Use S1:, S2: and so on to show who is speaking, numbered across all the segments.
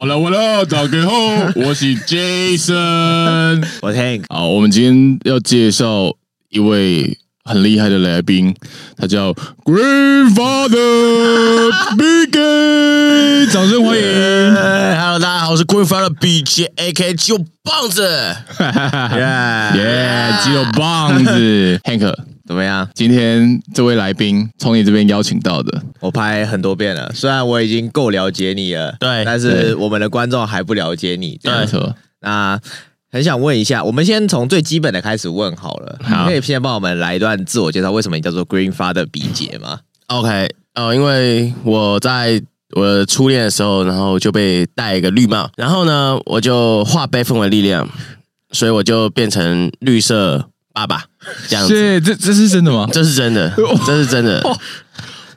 S1: 好了，我了，打给后，我是 Jason。
S2: 我 Hank，
S1: 好，我们今天要介绍一位很厉害的来宾，他叫 Grandfather Big，掌声欢迎。
S2: Hello，大家好，我是 Grandfather BJ，AK 只有棒 子，
S1: 耶，肌肉棒子，Hank。
S2: 怎么样？
S1: 今天这位来宾从你这边邀请到的，
S2: 我拍很多遍了，虽然我已经够了解你了，
S3: 对
S1: 对
S2: 但是我们的观众还不了解你，这样
S1: 没错，
S2: 那很想问一下，我们先从最基本的开始问好了，
S1: 好
S2: 你可以先帮我们来一段自我介绍，为什么你叫做 Grandfather BJ 吗？
S3: OK，呃，因为我在我的初恋的时候，然后就被戴一个绿帽，然后呢，我就化悲愤为力量，所以我就变成绿色爸爸这样子。
S1: 是这这是真的吗？
S3: 这是真的，这是真的。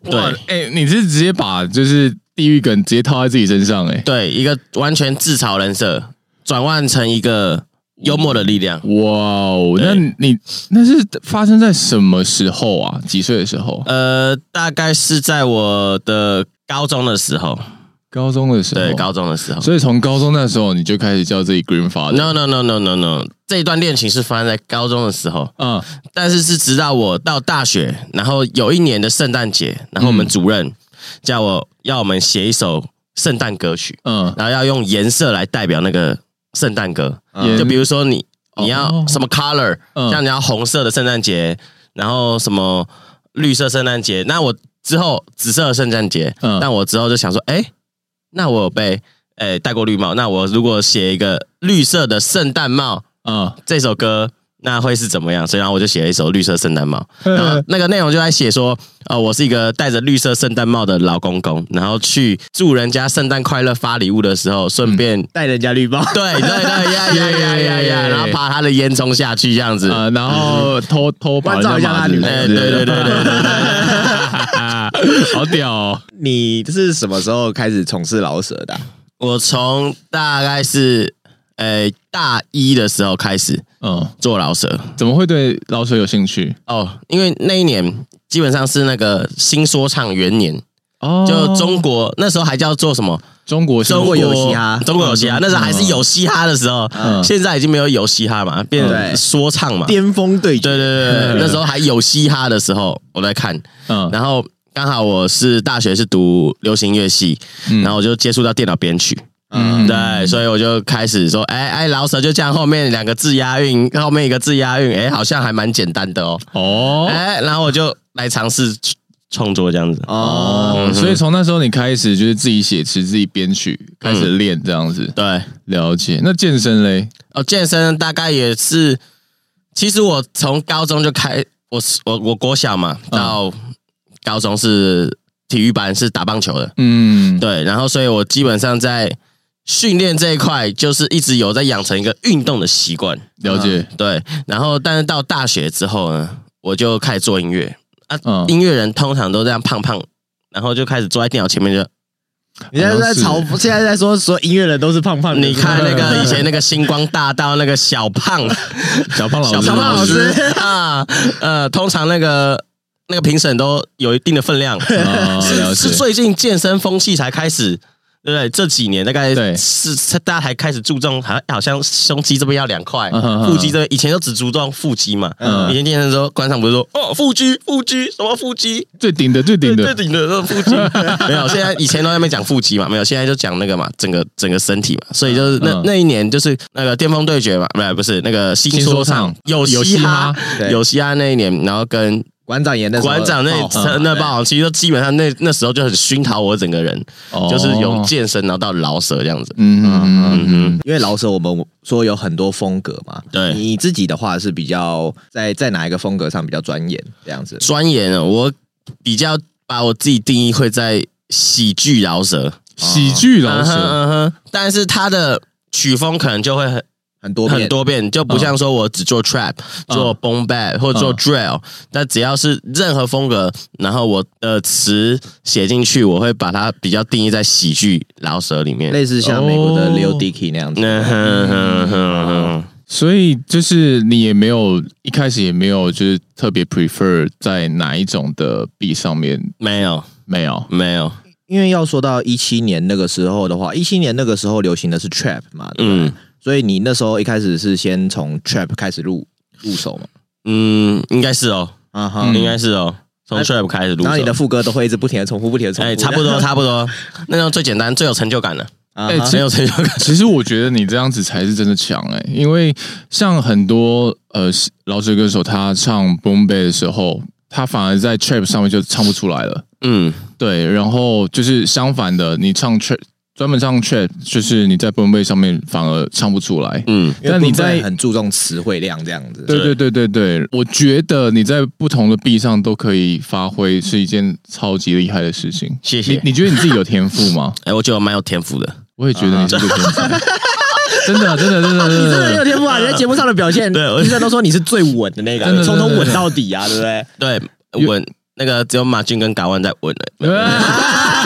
S3: 对
S1: 哇，哎，你是直接把就是地狱梗直接套在自己身上，哎，
S3: 对，一个完全自嘲人设，转换成一个幽默的力量。
S1: 哇哦，那
S3: 对
S1: 你那是发生在什么时候啊？几岁的时候？
S3: 呃，大概是在我的高中的时候，
S1: 高中的时候。
S3: 对，高中的时候。
S1: 所以从高中那时候你就开始叫自己 grandfather。
S3: No no no no no no，这一段恋情是发生在高中的时候。
S1: 嗯，
S3: 但是是直到我到大学，然后有一年的圣诞节，然后我们主
S1: 嗯
S3: 任叫我要我们写一首圣诞歌曲，
S1: 嗯
S3: 然后要用颜色来代表那个圣诞歌，
S1: 颜
S3: 就比如说你
S1: 哦
S3: 你要什么 color，、
S1: 嗯
S3: 像你要红色的圣诞节，然后什么绿色圣诞节，那我之后紫色的圣诞节，
S1: 嗯
S3: 但我之后就想说，哎，那我有被哎戴过绿帽，那我如果写一个绿色的圣诞帽，
S1: 嗯，
S3: 这首歌那会是怎么样？所以然后我就写了一首《绿色圣诞帽》，然后那个内容就在写说，呃，我是一个戴着绿色圣诞帽的老公公，然后去祝人家圣诞快乐发礼物的时候，顺便、
S2: 戴人家绿帽，
S3: 对对对呀呀呀呀呀，然后爬他的烟囱下去这样子。
S1: 啊，然后偷偷把人家
S2: 关照一下
S1: 马
S2: 他
S1: 子
S2: 女
S3: 哎，
S2: 朋
S3: 对对对对对，
S1: 对，好屌哦！
S2: 你是什么时候开始从事老舍的啊、
S3: 我从大概是呃大一的时候开始
S1: 嗯，
S3: 做老舍
S1: 怎么会对老水有兴趣？
S3: 哦，因为那一年基本上是那个新说唱元年，
S1: 哦
S3: 就中国那时候还叫做什么
S1: 中国
S3: 中
S2: 国有嘻哈
S3: 中国有嘻哈，那时候还是有嘻哈的时候，
S2: 嗯
S3: 现在已经没有有嘻哈嘛，变
S2: 对
S3: 成说唱嘛。对
S2: 巅峰对决
S3: 对对
S1: 嗯
S3: 对，那时候还有嘻哈的时候，我在看，
S1: 嗯
S3: 然后刚好我是大学是读流行乐系，
S1: 嗯
S3: 然后我就接触到电脑编曲，
S1: 嗯
S3: 对，所以我就开始说，哎哎，老舍就这样，后面两个字押韵，后面一个字押韵，哎，好像还蛮简单的哦，
S1: 哦
S3: 哎，然后我就来尝试创作这样子，
S2: 哦，
S1: 哦，所以从那时候你开始就是自己写词、自己编曲，开始练这样子。
S3: 对。
S1: 了解。那健身嘞？
S3: 哦，健身大概也是，其实我从高中就开，我是我我国小嘛，到高中是体育班是打棒球的，
S1: 嗯，
S3: 对，然后所以我基本上在训练这一块就是一直有在养成一个运动的习惯，
S1: 了解。
S3: 对，然后但是到大学之后呢，我就开始做音乐啊，
S1: 嗯
S3: 音乐人通常都这样胖胖，然后就开始坐在电脑前面就
S2: 你现在在嘲，现在在说说音乐人都是胖胖的，
S3: 你看那 个以前那个星光大道那个小胖。
S1: 小胖老师，
S3: 小胖
S2: 老
S3: 老
S2: 师
S3: 师 啊，呃，通常那个那个评审都有一定的分量，
S1: 哦了
S3: 是
S1: 解
S3: 是最近健身风气才开始。对不对？这几年大概
S1: 对
S3: 是是大家才开始注重，好像好像胸肌这边要两块
S1: 嗯哼嗯，哼
S3: 腹肌这边以前都只注重腹肌嘛。
S1: 嗯
S3: 以前健身的时候，观众不是说哦腹肌腹肌什么腹肌，
S1: 最顶的最顶
S3: 最
S1: 的
S3: 最，顶的那种腹肌 没有。现在以前都在那边讲腹肌嘛，没有，现在就讲那个嘛，整个整个身体嘛。所以就是那、
S1: 嗯
S3: 那一年就是那个巅峰对决嘛，不是不是那个新说唱有
S1: 有嘻
S3: 嘻哈
S1: 哈
S2: 对
S3: 有嘻哈那一年，然后跟
S2: 馆长演的时候哦
S3: 馆长那
S2: 爆红
S3: 那霸王，其实基本上那那时候就很熏陶我整个人，
S1: 哦
S3: 就是由健身然后到老舍这样子。
S1: 嗯嗯嗯
S3: 嗯
S2: 因为老舍我们说有很多风格嘛，
S3: 对
S2: 你自己的话是比较在在哪一个风格上比较钻研这样子？
S3: 钻研啊，我比较把我自己定义会在喜剧饶舌，
S1: 喜剧老
S3: 嗯哼
S1: 师，
S3: 嗯哼，但是他的曲风可能就会很
S2: 很多
S3: 很
S2: 遍
S3: 多遍，就不像说我只做 trap、
S1: 嗯
S3: 做 boom bap 或者做
S1: 嗯
S3: drill，、但只要是任何风格，然后我的词写进去，我会把它比较定义在喜剧饶舌里面。
S2: 类似像美国的
S1: 哦
S2: Lil Dicky 那样子。
S3: 嗯哼哼哼
S1: 嗯
S3: 哼，
S1: 所以就是你也没有一开始也没有就是特别 prefer 在哪一种的 B 上面
S3: 没有
S1: 没有，
S3: 没有，
S2: 因为要说到一七年那个时候的话，一七年那个时候流行的是 trap 嘛，嗯，
S3: 嗯
S2: 所以你那时候一开始是先从 trap 开始入入手嘛，
S3: 嗯，应该是哦，
S2: 啊哈，
S1: 嗯哎
S3: 应该是哦，从 trap 开始录
S2: 然后你的
S3: 手。
S2: 副歌都会一直不停的重复，不停的重复，
S3: 哎，差 不多，差不多，那种最简单、最有成就感的，
S2: 啊
S1: 哎
S2: 哈
S1: 其
S3: 最有成就感。
S1: 其实我觉得你这样子才是真的强哎、因为像很多呃饶舌歌手，他唱 Boom Bay 的时候，他反而在 Trap 上面就唱不出来了。
S3: 嗯，
S1: 对，然后就是相反的，你唱 Trap 专门唱 Trap，就是你在 Boom Bay 上面反而唱不出来。
S3: 嗯，
S2: 因为
S1: 但你
S2: Bloomberg
S1: 在
S2: 很注重词汇量这样子，
S1: 对对对对对，我觉得你在不同的 B 上都可以发挥，是一件超级厉害的事情。
S3: 谢
S1: 你
S3: 谢。
S1: 你觉得你自己有天赋吗？
S3: 哎，我觉得我蛮有天赋的。
S1: 我也觉得你是有天赋，真的真的真的
S2: 你
S1: 真
S2: 真的很有
S1: 的，
S2: 天赋啊！你在节目上的表现，
S3: 对我
S2: 医生都说你是最稳的那
S1: 真
S2: 个，
S1: 的
S2: 从头稳到底啊，对不 对？
S3: 对，稳那个只有马俊跟嘎万在稳啊了。
S1: 嗯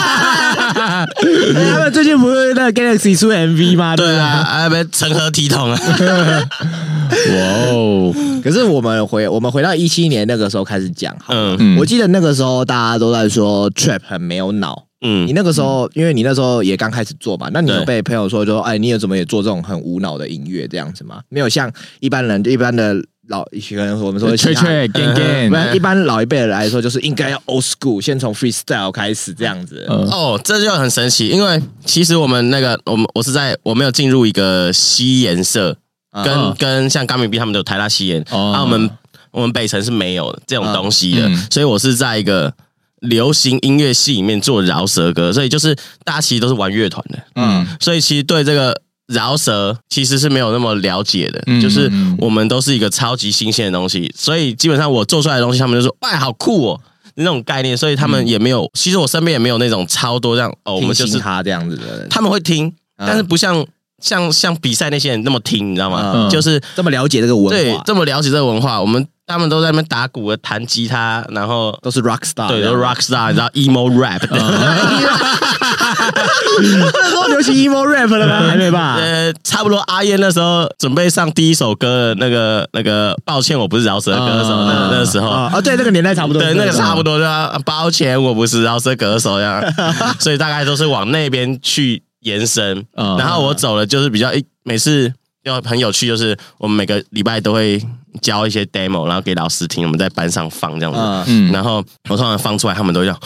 S2: 哎他们最近不是那个 Galaxy 出 MV 吗？
S3: 对
S2: 不
S3: 啊，哎，被成何体 统啊！
S1: 哇哦，
S2: 可是我们回我们回到一七年那个时候开始讲，好，
S3: 嗯
S1: 嗯
S2: 我记得那个时候大家都在说 Trap 很没有脑。你
S3: 嗯，
S2: 那个时候，因为你那时候也刚开始做嘛，那你有
S3: 对
S2: 被朋友说就说，哎，你也怎么也做这种很无脑的音乐这样子吗？没有像一般人，就一般的老，可能我们说
S1: 呃吹
S2: 其他呃
S1: 吹 gan
S2: 不然
S1: gan，
S2: 一般老一辈人来说，就是应该要 old school，先从 freestyle 开始这样子。
S1: 嗯
S3: 哦，这就很神奇，因为其实我们那个，我们我是在我没有进入一个西颜色，
S2: 啊
S3: 跟
S1: 嗯
S3: 跟像高米 B 他们都有台大西颜，
S1: 哦
S3: 啊，我们我们北城是没有这种东西的
S1: 嗯，
S3: 所以我是在一个流行音乐系里面做饶舌歌，所以就是大家其实都是玩乐团的，
S1: 嗯
S3: 所以其实对这个饶舌其实是没有那么了解的，
S1: 嗯
S3: 就是
S1: 嗯嗯
S3: 我们都是一个超级新鲜的东西，所以基本上我做出来的东西，他们就说哇好酷哦那种概念，所以他们也没有，其实我身边也没有那种超多这样哦，我们就是
S2: 他这样子的人，
S3: 他们会听，
S2: 嗯
S3: 但是不像。像像比赛那些人那么听，你知道吗？
S1: 嗯
S3: 就是
S2: 这么了解这个文
S3: 对
S2: 化，
S3: 这么了解这个文化，我们他们都在那边打鼓、弹吉他，然后
S2: 都是 rock
S1: 啊
S2: star，
S3: 对，都 rock star，然后 emo rap，
S2: 那时候流行 emo rap 了吗？还没吧？
S3: 呃，差不多阿燕那时候准备上第一首歌的那个那个，抱歉，我不是饶舌歌手，那那时候。
S2: 啊啊，对，那个年代差不多，
S3: 对，那个差不多对吧？抱歉，我不是饶舌歌手 呀，所以大概都是往那边去延伸。
S2: 啊
S1: 嗯
S3: 然后我走了，就是比较一每次要很有趣，就是我们每个礼拜都会教一些 demo，然后给老师听，我们在班上放这样子。
S2: 嗯，
S1: 嗯，
S3: 然后我通常放出来，他们都这样，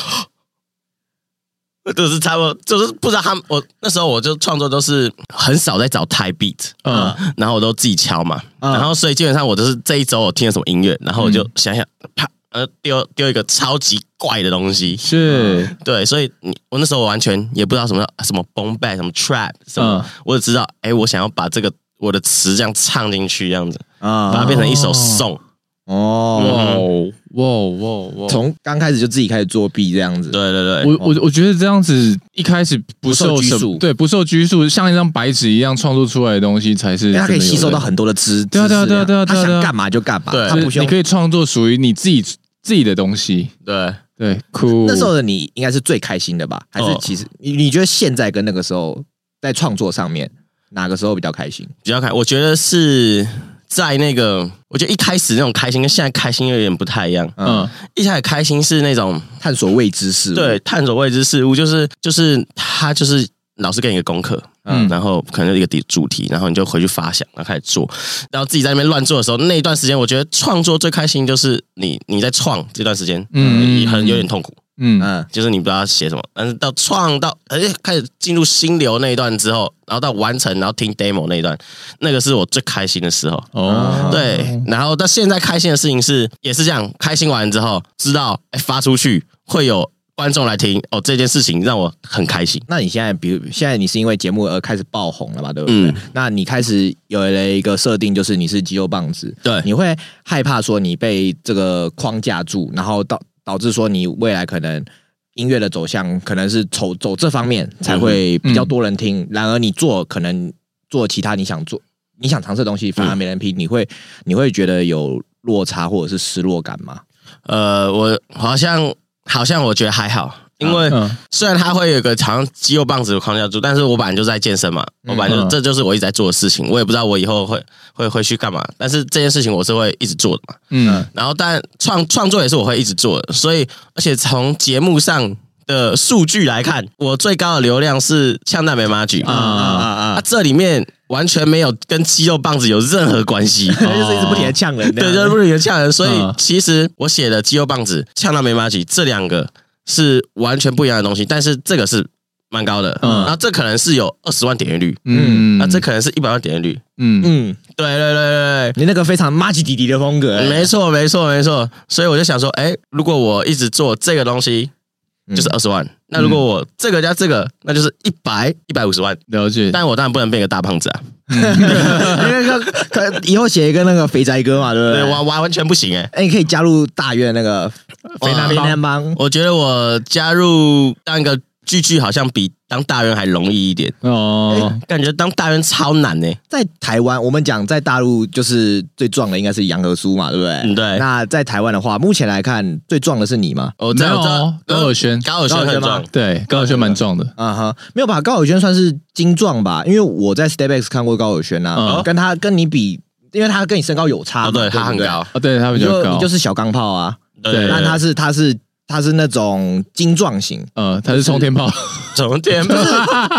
S3: 就是差不多，就是不知道他们我那时候我就创作都是很少在找 type beat，啊
S1: 嗯
S3: 然后我都自己敲嘛，
S2: 嗯
S3: 然后所以基本上我都是这一周我听了什么音乐，然后我就想想，啪，呃，丢丢一个超级怪的东西，
S1: 是
S3: 对，所以你我那时候完全也不知道什么什么 boom bap，什么 trap，什么，我只知道，哎，我想要把这个我的词这样唱进去，这样子，把它
S2: 啊
S3: 变成一首 song，
S2: 哦，
S1: 哇哦哇哦哇哦哇哦！
S2: 从刚开始就自己开始作弊这样子，
S3: 对对对，
S1: 我我我觉得这样子一开始不受
S2: 哎哦不受
S1: 什
S2: 拘束
S1: 对不受拘束，像一张白纸一样创作出来的东西才是
S2: 因为他可以
S1: 真的有
S2: 吸收
S1: 的
S2: 到很多的知，
S1: 对啊对啊
S2: 知识量
S1: 对啊对啊对啊
S2: 他
S1: 对啊
S2: 想干嘛就干嘛，
S3: 对
S2: 他
S1: 就是
S2: 不需要
S1: 你可。以创作属于你自己自己的东西。
S3: 对。
S1: 对，酷。
S2: 那时候的你应该是最开心的吧？还是
S3: 嗯哦
S2: 其实你你觉得现在跟那个时候在创作上面哪个时候比较开心？
S3: 比较开，我觉得是在那个，我觉得一开始那种开心跟现在开心有点不太一样。
S1: 嗯
S3: 一开始开心是那种
S2: 探索未知事物，
S3: 对探索未知事物，就是就是他就是老师给你一个功课，
S1: 嗯
S3: 嗯，然后可能就一个底主题，然后你就回去发想，然后开始做，然后自己在那边乱做的时候，那一段时间我觉得创作最开心就是你你在创这段时间，
S1: 嗯
S3: 嗯，很有点痛苦。
S1: 嗯
S2: 嗯，
S3: 就是你不知道要写什么，但是到创到哎开始进入心流那一段之后，然后到完成，然后听 demo 那一段，那个是我最开心的时候。
S1: 哦，
S3: 对，然后到现在开心的事情是，也是这样，开心完之后知道，哎，发出去会有观众来听，哦，这件事情让我很开心。
S2: 那你现在，比如现在你是因为节目而开始爆红了嘛，对不对？
S3: 嗯
S2: 那你开始有了一个设定，就是你是肌肉棒子，
S3: 对
S2: 你会害怕说你被这个框架住，然后导导致说你未来可能音乐的走向可能是走走这方面才
S3: 嗯
S2: 会比较多人听，然而你做可能做其他你想做你想尝试的东西，反而没
S3: 嗯
S2: 人批，你会你会觉得有落差或者是失落感吗？
S3: 呃，我好像好像我觉得还好，因为
S1: 嗯
S3: 虽然它会有个好像肌肉棒子的框架住，但是我本来就在健身嘛，我本来就、
S1: 嗯
S3: 这就是我一直在做的事情，我也不知道我以后会会会去干嘛，但是这件事情我是会一直做的嘛。
S1: 嗯
S3: 然后但创创作也是我会一直做的，所以而且从节目上的数据来看，我最高的流量是呛大美妈举
S1: 啊
S3: 啊，
S2: 啊啊！
S3: 这里面完全没有跟肌肉棒子有任何关系。
S2: 他就是一直不停的呛人，
S3: 对，就是不停的呛人，所以
S1: 嗯
S3: 其实我写的肌肉棒子、呛到没马举这两个是完全不一样的东西，但是这个是蛮高的，
S1: 嗯
S3: 嗯，那这可能是有二十万点阅率，
S1: 嗯，
S3: 那这可能是一百万点阅率，
S1: 嗯
S2: 啊嗯，
S3: 对对对对
S2: 你那个非常妈吉弟弟的风格，欸
S3: 对， 没错没错没错，所以我就想说，哎，如果我一直做这个东西，
S2: 嗯
S3: 就是二十万，那如果我这个加这个，那就是一百一百五十万，
S1: 了解，
S3: 但我当然不能变个大胖子啊，
S2: 那个可以后写一个那个肥宅歌嘛，对不
S3: 对，
S2: 对？
S3: 完完完全不行哎、
S2: 哎，你可以加入大院那个肥
S3: 哇
S2: 肥男帮，
S3: 我觉得我加入当一个剧剧好像比当大人还容易一点。
S1: 哦，
S3: 感觉当大人超难呢、
S2: 在台湾，我们讲在大陆就是最壮的应该是杨和苏嘛，对不对？
S3: 嗯对
S2: 那在台湾的话，目前来看最壮的是你吗？
S3: 我
S1: 没
S3: 知道
S1: 有
S3: 我知道
S1: 哦高尔
S2: 嗯
S1: 宣
S3: 高尔宣很壮，
S1: 对，高尔宣蛮壮的，
S2: 啊哈，没有吧？高尔轩算是精壮吧，因为我在 StepX 看过高尔轩呐、
S1: 嗯
S2: 跟他跟你比，因为他跟你身高有差嘛、
S3: 哦，对
S2: 不
S3: 他很高，
S1: 啊，对他
S2: 你
S1: 比较
S2: 就
S1: 高
S2: 你就，是小钢炮啊，
S1: 对
S2: 但他
S3: 是
S2: 是他是他是那种精壮型，
S1: 呃，他是冲天炮，
S3: 怎么点？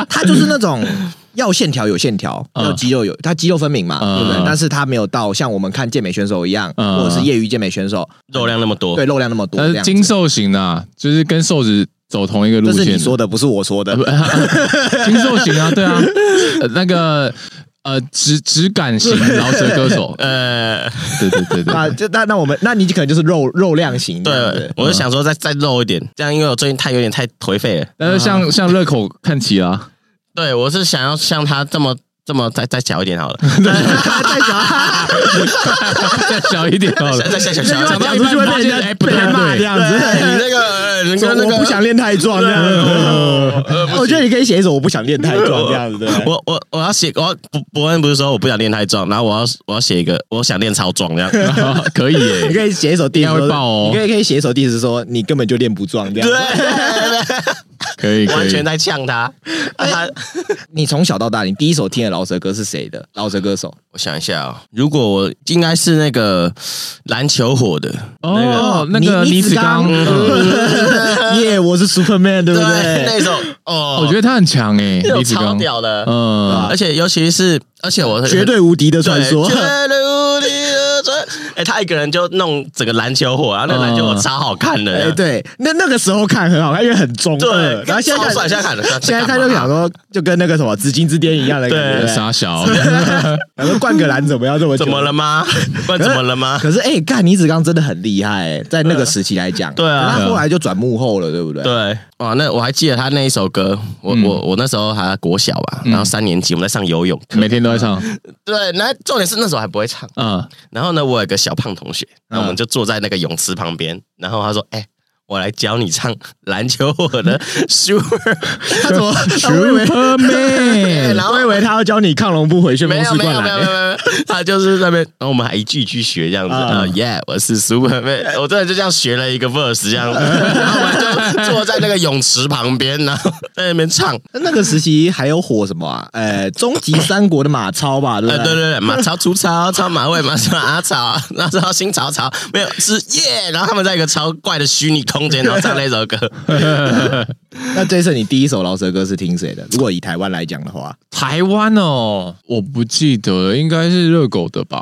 S2: 他就是那种 要线条有线条，
S1: 啊嗯
S2: 要肌肉有，他肌肉分明嘛，
S1: 嗯
S2: 对不对？但是他没有到像我们看健美选手一样，
S1: 嗯
S2: 或者是业余健美选手，
S3: 肉量那么多，
S2: 对肉量那么多
S1: 他
S2: 这
S1: 是
S2: 样子。
S1: 精瘦型的啊，就是跟瘦子走同一个路
S2: 这是
S1: 线
S2: 你
S1: 的。
S2: 说的，不是我说的。
S1: 精瘦型啊，对啊，呃那个呃直直感型饶舌歌手，
S3: 呃，
S1: 对对对对，
S2: 那就那那我们，那你可能就是肉肉量型这样子，
S3: 对，我就想说再再肉一点，这样因为我最近太有点太颓废了。
S1: 但是像像热口看齐啦，
S3: 对我是想要像他这么这么再再小一点好了，
S2: 再讲，
S1: 再小一点好了
S3: 再，再小小
S1: 这句
S3: 小
S1: 话
S3: 讲到
S1: 讲
S3: 一
S1: 出
S3: 半
S1: 去会
S3: 发
S1: 被
S3: 现
S1: 人家
S3: 哎不
S1: 被
S3: 太
S1: 人骂
S3: 对
S1: 这
S2: 样子
S3: 对你那个呃你跟那
S2: 我
S3: 个
S2: 不想练太壮这样子。我觉得你可以写一首我不想练太壮这样子，对不对
S3: 我我我要写，我要伯伯恩不是说我不想练太壮，然后我要我要写一个，我想练超壮 这样。
S1: 可以
S2: 你
S1: 耶，
S2: 可以写一首地址
S1: 应该会爆哦
S2: 说，你可以可以写一首地址说你根本就练不壮这样。
S1: 可以可
S3: 完
S1: 以
S3: 全，在呛他。啊他，
S2: 你从小到大，你第一首听的饶舌歌是谁的？饶舌歌手
S3: 我想一下哦，如果我应该是那个篮球火的，
S1: 哦，那
S2: 那个
S1: 个
S2: 倪
S1: 倪子
S2: 子
S1: 刚，
S2: 刚
S1: 嗯
S2: 耶，我是 Superman，对不对？
S3: 那种 哦，
S1: 我觉得他很强哎，
S3: 那
S1: 倪
S3: 种
S1: 子
S3: 超
S1: 刚，
S3: 屌的，
S1: 嗯，
S3: 而且尤其是，而且我
S2: 绝对无敌的传说
S3: 对。绝对无敌的传，哎，他一个人就弄整个篮球火，然后啊那个篮球火超好看的，
S2: 哎，对，那那个时候看很好看，因为很中二。
S3: 啊对，
S2: 然后现在
S3: 超
S2: 看
S3: 帅，现在看啊
S2: 现在看就想，说，就跟那个什么《紫金之巅》一样的感 觉。
S1: 傻小，
S2: 然后灌个篮怎么样？这么久
S3: 怎么了？ 吗？不然怎么了吗？
S2: 可是哎，干倪子刚真的很厉害，哎在那个时期来讲，
S3: 对啊
S2: 可是他后来就转幕后了，对不对？
S3: 对，哇，那我还记得他那一首歌，我、
S1: 嗯
S3: 我我那时候还国小吧，
S2: 嗯
S3: 然后三年级我们在上游泳课，
S1: 每天都在唱，
S3: 对，那重点是那时候还不会唱。
S1: 嗯，
S3: 然后呢，我有个小胖同学，那我们就坐在那个泳池旁边，然后他说：“哎、我来教你唱篮球火 的 Super。
S2: 他 怎么？我以为
S1: Superman，
S3: 然后
S2: 我以为他要教你抗龙不回旋
S3: 没
S2: 风
S3: 有
S2: 式
S3: 没
S2: 灌
S3: 有没有没有
S2: 篮。
S3: 没有，他就是在那边，然后我们还一句一句学这样子，
S2: 啊
S3: 啊耶，我是 Superman，我真的就这样学了一个 verse 这 样子，然后我们就坐在那个泳池旁边，然后在那边唱，
S2: 那个时期还有火什么啊？呃，终极三国的马超吧，对
S3: 呃，
S2: 不
S3: 对对对，马超、除超、超马尾、马超、阿草，然后超新潮潮，没有是耶，然后他们在一个超怪的虚拟空间，然后唱那首歌，
S2: 那这次你第一首饶舌歌是听谁的？如果以台湾来讲的话，
S1: 台湾哦，我不记得了，应该是热狗的吧，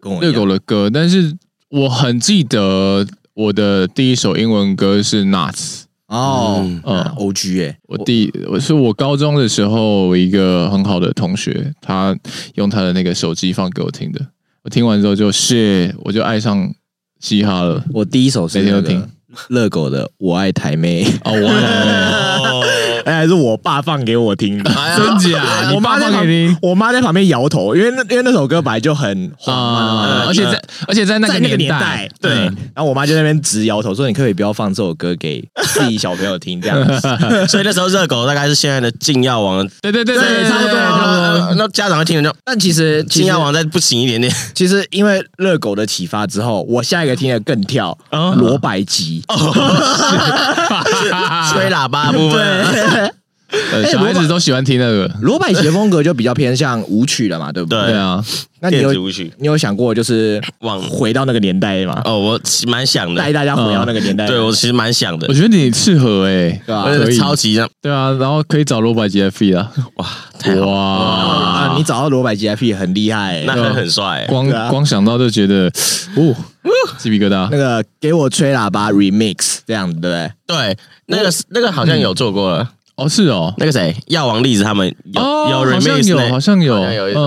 S2: 跟我
S1: 热狗的歌，但是我很记得我的第一首英文歌是 Nuts。
S2: 哦，
S3: 嗯
S2: 嗯
S1: 嗯
S2: ，O G 哎，
S1: 我第我是我高中的时候一个很好的同学，他用他的那个手机放给我听的，我听完之后就 shit，我就爱上嘻哈了。
S2: 我第一首是那
S1: 每天都
S2: 个
S1: 听
S2: 热狗的《我爱台妹》，
S1: 哦，我爱
S3: 哦，
S2: 哎，还是我爸放给我听的。
S3: 哎呀
S1: 真假？
S2: 我
S1: 你
S2: 妈
S1: 爸
S2: 在
S1: 放
S2: 旁
S1: 给你，
S2: 我妈在旁边摇头，因为那因为那首歌本来就很
S1: 啊、
S2: 黄嘛，
S1: 而且在而且在那
S2: 在
S1: 个
S2: 那个
S1: 年
S2: 年
S1: 代嗯
S2: 代，，对，然后我妈就在那边直摇头说：“你可不可以不要放这首歌给 自己小朋友听？”这样子，
S3: 所以那时候热狗大概是现在的禁药王，
S1: 对
S3: 呃
S1: 对对对，差不多差不多。
S3: 多。那家长会听了就
S2: 但其实
S3: 禁
S2: 其实
S3: 药王再不行一点点，
S2: 其实因为热狗的启发之后，我下一个听的更跳
S1: 啊
S3: 哦
S1: 哦
S2: 罗百吉，
S3: 吹喇叭的部分。
S2: 对，
S1: 呃
S2: 哎
S1: 小孩
S2: 罗
S1: 子
S2: 马
S1: 都喜欢听那个，
S2: 罗百吉的风格就比较偏向舞曲了嘛，对不对？
S1: 对啊，
S2: 那你
S3: 电子
S2: 有
S3: 舞曲
S2: 你有想过就是
S3: 往
S2: 回到那个年代吗？
S3: 哦，我其实蛮想
S2: 带
S3: 的，
S2: 大家回到那个年代，
S3: 对我其实蛮想的
S1: 我，觉得你适合哎，
S2: 对吧
S3: 我？
S1: 可以
S3: 超级让
S1: 对啊，然后可以找罗百吉来 feed 啊，
S3: 太好了，
S1: 哇
S2: 啊，，你找到罗百吉 IP 很厉害欸，
S3: 那很很帅欸，
S1: 光
S2: 对啊
S1: 光想到就觉得， 哦，鸡皮疙瘩
S2: 那。个给我吹喇叭 remix 这样，对不对？
S3: 对，那个那个好像有做过了，
S1: 哦，是哦，
S3: 那个谁，药王栗子他们有
S1: 哦，
S3: 有
S1: 好像
S3: remix
S1: 有，好
S3: 呢
S1: 像有，
S3: 好像有一
S1: 嗯
S3: 种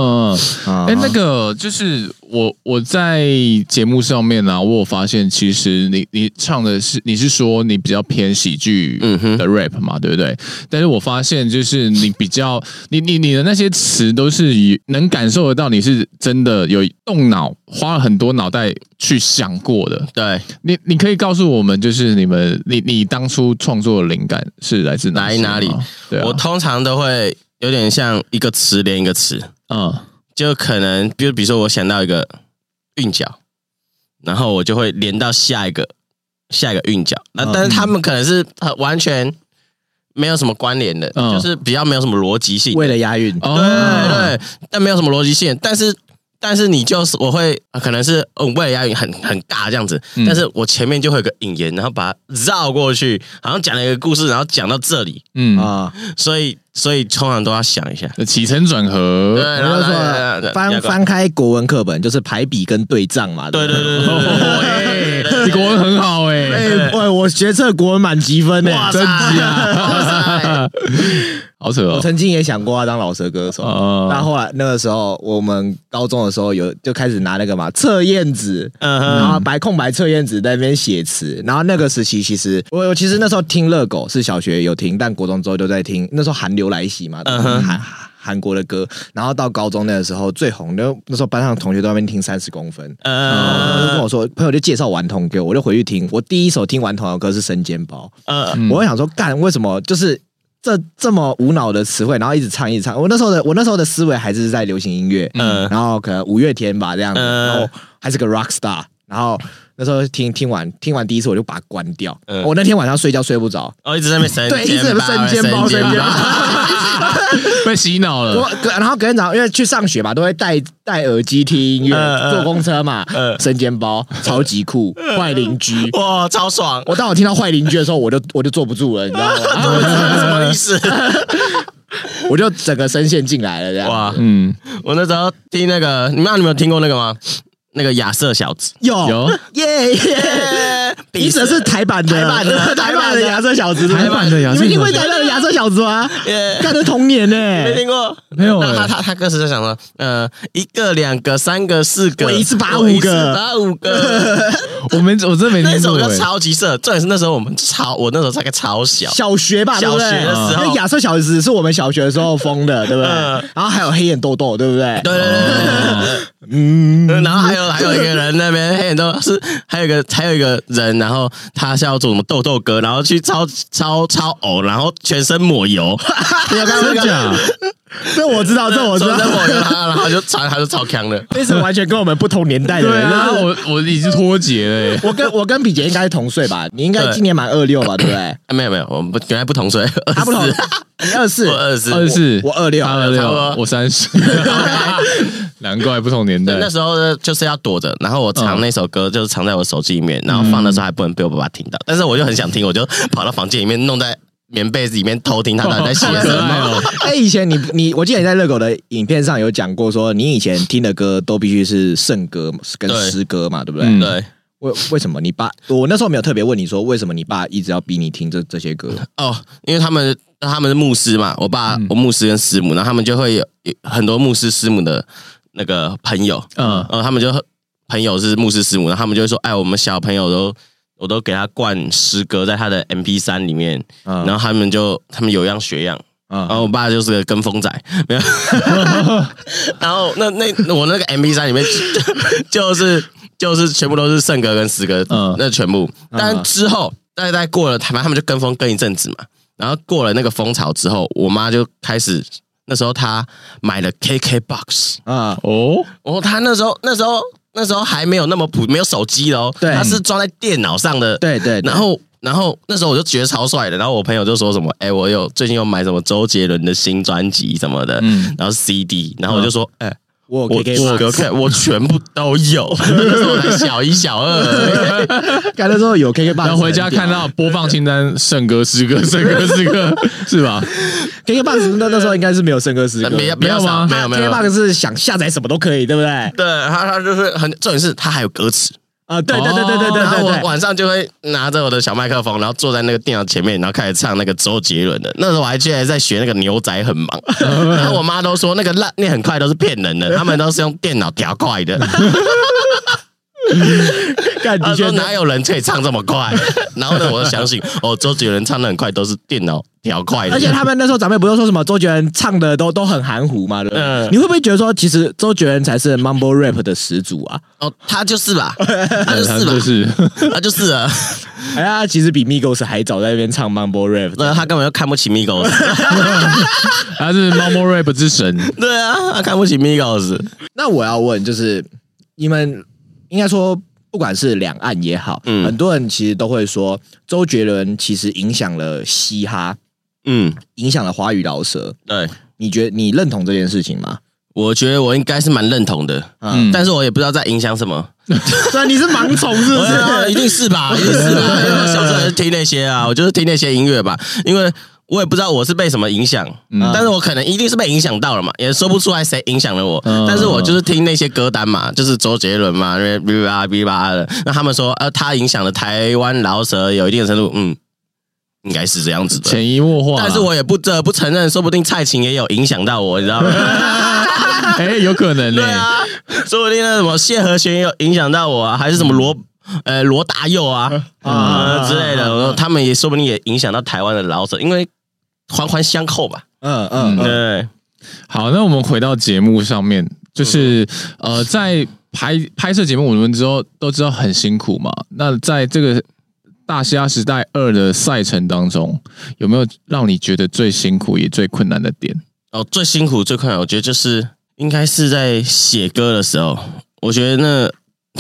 S1: 嗯。
S2: 啊
S1: 哎、那个就是我我在节目上面呢、啊，我有发现，其实你你唱的是你是说你比较偏喜剧
S3: 嗯哼
S1: 的 rap 嘛，对不对？但是我发现就是你比较你你你的那些词都是以能感受得到你是真的有动脑，花了很多脑袋去想过的。
S3: 对，
S1: 你你可以告诉我们，就是你们你你当初创作的灵感是来自
S3: 来
S1: 些
S3: 哪里
S1: 吗？对、啊，
S3: 我通常都会有点像一个词连一个词，
S1: 嗯
S3: 就可能就比如说我想到一个韵脚，然后我就会连到下一个下一个韵脚，那
S1: 嗯
S3: 但是他们可能是呃完全没有什么关联的，
S1: 嗯
S3: 就是比较没有什么逻辑性，
S2: 为了押韵，
S1: 哦
S3: 对对，但没有什么逻辑性，但是。但是你就是我会啊可能是嗯为了押韵很很尬这样子，
S1: 嗯
S3: 但是我前面就会有个引言，然后把它绕过去，好像讲了一个故事，然后讲到这里，
S1: 嗯
S2: 啊，
S3: 所以所以通常都要想一下，
S1: 起承转合，
S3: 对，
S2: 我
S3: 然后
S2: 就
S3: 嗯来
S2: 说翻，翻开国文课本，就是排比跟对仗嘛。
S3: 来来来对
S2: 不
S3: 对对对对
S1: 哦
S3: 对对对
S1: 哎，你国文很好哎、
S2: 哎，喂，我学测国文满积分呢。
S3: 哇
S1: 真假？
S3: 塞！
S1: 好扯
S2: 我
S1: 哦。
S2: 曾经也想过要当老舌歌手，
S1: 哦
S2: 但后来那个时候，我们高中的时候有就开始拿那个嘛测验纸，
S3: 嗯
S2: 然
S3: 哼，
S2: 后白空白测验纸在那边写词，然后那个时期其实我我其实那时候听热狗是小学有听，但国中之后就在听，那时候韩流来袭嘛，
S3: 嗯哼
S2: 韩韩国的歌，然后到高中那个时候最红的，那时候班上同学都在那边听三十公分。然后就跟
S3: 呃
S2: 哦我说，朋友就介绍顽童给我，我就回去听。我第一首听顽童的歌是《生煎包》，
S3: 呃，
S1: 嗯
S2: 我会想说，干为什么就是这这么无脑的词汇，然后一直唱一直唱。我那时候的我那时候的思维还是在流行音乐，
S3: 嗯
S2: 然后可能五月天吧这样子，
S3: 嗯
S2: 然后还是个 rock star，然后那时候听听完听完第一次我就把它关掉，
S3: 嗯
S2: 我那天晚上睡觉睡不着，
S3: 哦，一直在那边神
S2: 对，一直
S3: 在
S2: 有生煎包生煎包。
S1: 被洗脑了
S3: 嗯
S2: 我。隔然后隔天早上因为去上学嘛，都会戴戴耳机听音
S3: 嗯
S2: 乐，
S3: 嗯
S2: 坐公车嘛，
S3: 嗯
S2: 生煎 包超级酷，坏邻居。
S3: 哇，超爽！
S2: 我当我听到坏邻居的时候，我就我就坐不住了，你知道吗？
S3: 什么意思？
S2: 我就整个声线进来了，这样。
S3: 哇，
S1: 嗯，
S3: 我那时候听那个，你们你们有听过那个吗？那个亚瑟小子，
S2: 有
S1: 有
S2: 耶耶！笔者是台版的，
S3: 台版 的
S2: 台版的亚瑟小子，
S1: 台版的亚瑟小子
S2: 你们听过台版的亚瑟小子 吗？
S3: 耶，
S2: 看的童年呢
S3: 没，听过。
S1: 没有
S3: 那
S1: 哎、
S3: 他他他歌词在想说，呃，一个、两个、三个、四个，
S2: 我一次拔
S3: 我一
S2: 五个
S3: 次拔五个。
S1: 我们我真 没
S3: 那
S1: 听
S3: 首
S1: 过
S3: 歌
S1: 哎、
S3: 超级色，重点是那时候我们超，我那时候大概超小，
S2: 小学吧，对不对？
S3: 小学的时候
S2: 因为亚瑟小子是我们小学的时候封的，对不对
S3: 嗯？
S2: 然后还有黑眼豆豆，对不对？
S3: 对对对对对对 对。
S2: 嗯，
S3: 嗯然后还有还有一个人那边黑人都是还有一个还有一个人，然后他是要做什么豆豆哥，然后去超超超偶，然后全身 抹油，
S2: 你有看过
S1: 哎真
S2: 这个？
S1: 假？
S2: 这我知道，啊这我知
S3: 全身
S2: 道，
S3: 抹油，然后然后就超他就超强的，
S2: 这是完全跟我们不同年代的
S1: 对
S2: 人。
S1: 啊，
S2: 就是
S1: 我我已经脱节了、欸。
S2: 我跟我跟比姐应该是同岁吧？你应该
S3: 对
S2: 今年满二六吧，对不对？
S3: 啊没有没有，我们不原来不同岁，
S2: 他不同，你二四
S3: 我，二十
S1: 二十四，
S2: 我二六
S1: 他二
S3: 差不
S1: 六
S3: 多，
S1: 我三 十，难怪不同年代
S3: 对，。那时候呢就是要躲着，然后我藏那首歌就是藏在我手机里
S2: 嗯
S3: 面，然后放的时候还不能被我爸爸听到，但是我就很想听，我就跑到房间里面弄在棉被子里面偷听他到底在写
S1: 好
S3: 什
S1: 可爱
S3: 么。
S1: 哦！
S2: 哎，以前你你，我记得你在热狗的影片上有讲过说，你以前听的歌都必须是圣歌跟
S3: 对
S2: 诗歌嘛，对不对？
S1: 嗯
S3: 对，
S2: 为为什么你爸？我那时候没有特别问你说为什么你爸一直要逼你听这这些歌，
S3: 哦，因为他们他们是牧师嘛，我爸、我牧师跟师母，然后他们就会有有很多牧师师母的那个朋友，
S1: 嗯
S3: 然后他们就朋友是牧师师母，然后他们就会说，哎，我们小朋友都我都给他灌诗歌在他的 M P 三里面，
S2: 嗯
S3: 然后他们就他们有样学样，
S2: 嗯
S3: 然后我爸就是个跟风仔，没有， 然后那那我那个 M P 三里面就就是就是全部都是圣歌跟诗歌，
S1: 嗯
S3: 那全部。
S2: 嗯
S3: 但之后大概过了，反正他们就跟风跟一阵子嘛。然后过了那个风潮之后，我妈就开始，那时候她买了 KK Box，
S2: 啊？
S1: 哦，
S3: 然后她那时候那时候那时候还没有那么普，没有手机哦，
S2: 对
S3: 她是装在电脑上的，
S2: 对对，对
S3: 然后然后那时候我就觉得超帅的，然后我朋友就说什么，哎、我有最近有买什么周杰伦的新专辑什么的，
S1: 嗯
S3: 然后 CD，然后我就说，哎、
S2: 我
S3: 我
S2: KK
S3: 我
S2: box，
S3: 我全部都有，那时候我才小一小二而已，
S2: 改了之后有 KK box，
S1: 然后回家看到播放清单，圣歌诗 歌，圣歌诗歌，是吧？
S2: KK box 那那时候应该是没有圣歌诗歌，
S3: 呃没有
S1: 没有吗
S3: 没有没有。
S2: KK box 是想下载什么都可以，对不对？
S3: 对他，他就是很重点是他还有歌词，
S2: 啊，对对对对对对
S3: 然后 啊我
S2: 对对，
S3: 晚上就会拿着我的小麦克风，然后坐在那个电脑前面，然后开始唱那个周杰伦的。那时候我还记得在学那个牛仔很忙，然后我妈都说那个烂念很快都是骗人的，他们都是用电脑调快的。
S2: 干
S3: 她
S2: 的
S3: 啊说
S2: 确
S3: 哪有人可以唱这么 快？然后呢，我就相信哦，周杰伦唱的很快都是电脑调快的。
S2: 而且他们那时候长辈不是说什么周杰伦唱的都都很含糊嘛，对不对？
S3: 嗯
S2: 你会不会觉得说，其实周杰伦才是 mumble rap 的始祖啊？
S3: 哦，他就是 吧，他就是吧
S1: 就，是
S3: 他就是啊，
S2: 哎呀，其实比 Migos 还早在那边唱 mumble rap，
S3: 那他根本就看不起 Migos。
S1: 他是 Momo Rap 之神，
S3: 对啊，他看不起 Migos。
S2: 那我要问，就是你们应该说，不管是两岸也好，
S3: 嗯
S2: 很多人其实都会说，周杰伦其实影响了嘻哈，
S3: 嗯，
S2: 影响了华语饶舌。
S3: 对，
S2: 你觉得你认同这件事情吗？
S3: 我觉得我应该是蛮认同的，
S1: 嗯
S2: 嗯，
S3: 但是我也不知道在影响什么。
S2: 虽然你是盲从，是不
S3: 对啊， 一
S2: 是？
S3: 定是 吧，一定是吧。因为我小时候也是听那些啊，我就是听那些音乐吧，因为。我也不知道我是被什么影响，
S1: 嗯
S3: 但是我可能一定是被影响到了嘛，也说不出来谁影响了我。
S1: 嗯
S3: 但是我就是听那些歌单嘛，就是周杰伦嘛，那边哔吧哔吧的。那他们说，呃，他影响了台湾饶舌有一定的程度，嗯，应该是这样子的。
S1: 潜移默化啦。
S3: 但是我也不这不承认，说不定蔡琴也有影响到我，你知道吗？
S1: 哎，有可能呢
S3: 对。啊，说不定那什么谢和弦也有影响到我啊，还是什么罗呃罗大佑啊啊、
S2: 啊
S3: 之类的，他们也说不定也影响到台湾的老者，因为环环相扣吧。
S2: 嗯嗯嗯，
S3: 对，
S1: 好，那我们回到节目上面，就是呃，在拍拍摄节目，我们之后都知道很辛苦嘛。那在这个《大虾时代二》的赛程当中，有没有让你觉得最辛苦也最困难的点？
S3: 哦，最辛苦最困难，我觉得就是应该是在写歌的时候，我觉得那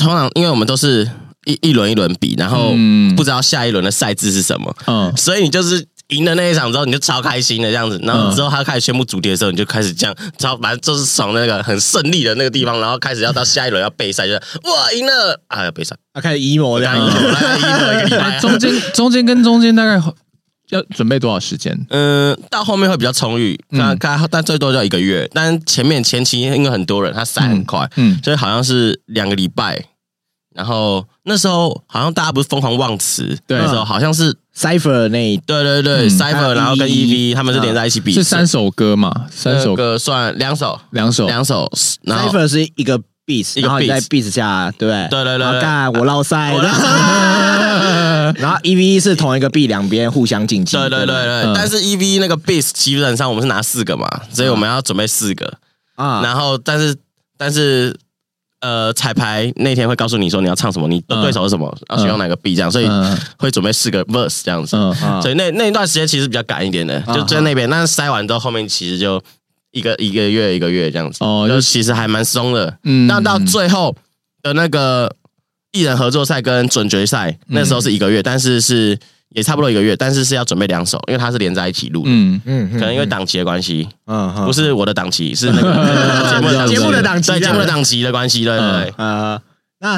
S3: 通常因为我们都是一一轮一轮比，然后
S1: 嗯
S3: 不知道下一轮的赛制是什么，
S1: 嗯，
S3: 所以你就是赢了那一场之后，你就超开心的这样子。然后之后他开始宣布主题的时候，你就开始这样，超反正就是从那个很胜利的那个地方，然后开始要到下一轮要备赛，就是哇赢了啊要备 赛，
S2: 他开始 emo 这
S3: 大
S2: 样
S3: 概赢了大概赢了一个礼拜
S1: 那。啊中间中间跟中间大概要准备多少时间？
S3: 嗯，到后面会比较充裕，那
S1: 嗯
S3: 看但最多就一个月，但前面前期因为很多人，他赛很快，
S1: 嗯，
S3: 所以好像是两个礼拜。然后那时候好像大家不是疯狂忘词，
S1: 对
S3: 那时候好像是
S2: Cipher 那一
S3: 对对对、
S1: 嗯
S3: c y p h e
S2: 还
S3: r
S2: 有
S3: 然后跟
S2: EV
S3: EV 他们是连在一起比，
S1: 是三首歌嘛？三首
S3: 那个算两首，
S1: 两首，
S3: 呃两首，然后
S2: Cipher 是一个 beat，
S3: 一个
S2: 然后你
S3: beat
S2: 在 beat 下，对不对？
S3: 对对对对
S2: 然后干我落塞，
S3: 我落
S2: 然后 E V 是同一个 beat，两边互相竞技。
S3: 对对对
S2: 吧
S3: 对，
S1: 嗯
S3: 但是 E V 那个 base 基本上我们是拿四个嘛，所以我们要准备四个，
S2: 啊，
S3: 然后但是但是呃彩排那天会告诉你说你要唱什么，你的
S1: 嗯
S3: 对手是什么，要选用哪个 B 这样，所以
S1: 嗯
S3: 会准备四个 verse 这样子，
S1: 嗯啊
S2: 啊
S3: 所以那那一段时间其实比较赶一点的，
S2: 嗯
S3: 就在那边，但是塞完之后后面其实就一个一个月一个月这样子，
S1: 哦，
S3: 就
S1: 就是
S3: 其实还蛮松的，
S1: 嗯
S3: 那到最后的那个艺人合作赛跟准决赛，那时候是一个月，但是是也差不多一个月，但是是要准备两首，因为它是连在一起录的。
S1: 嗯
S2: 嗯，
S3: 可能因为
S2: 打，
S3: 档期的关系，
S2: 嗯，嗯
S3: 不是我的档期，是那个
S1: 节目的
S2: 档期
S3: 对
S2: 这
S3: 节
S2: 样
S3: 目的档期的关系，对对对。
S2: 啊。那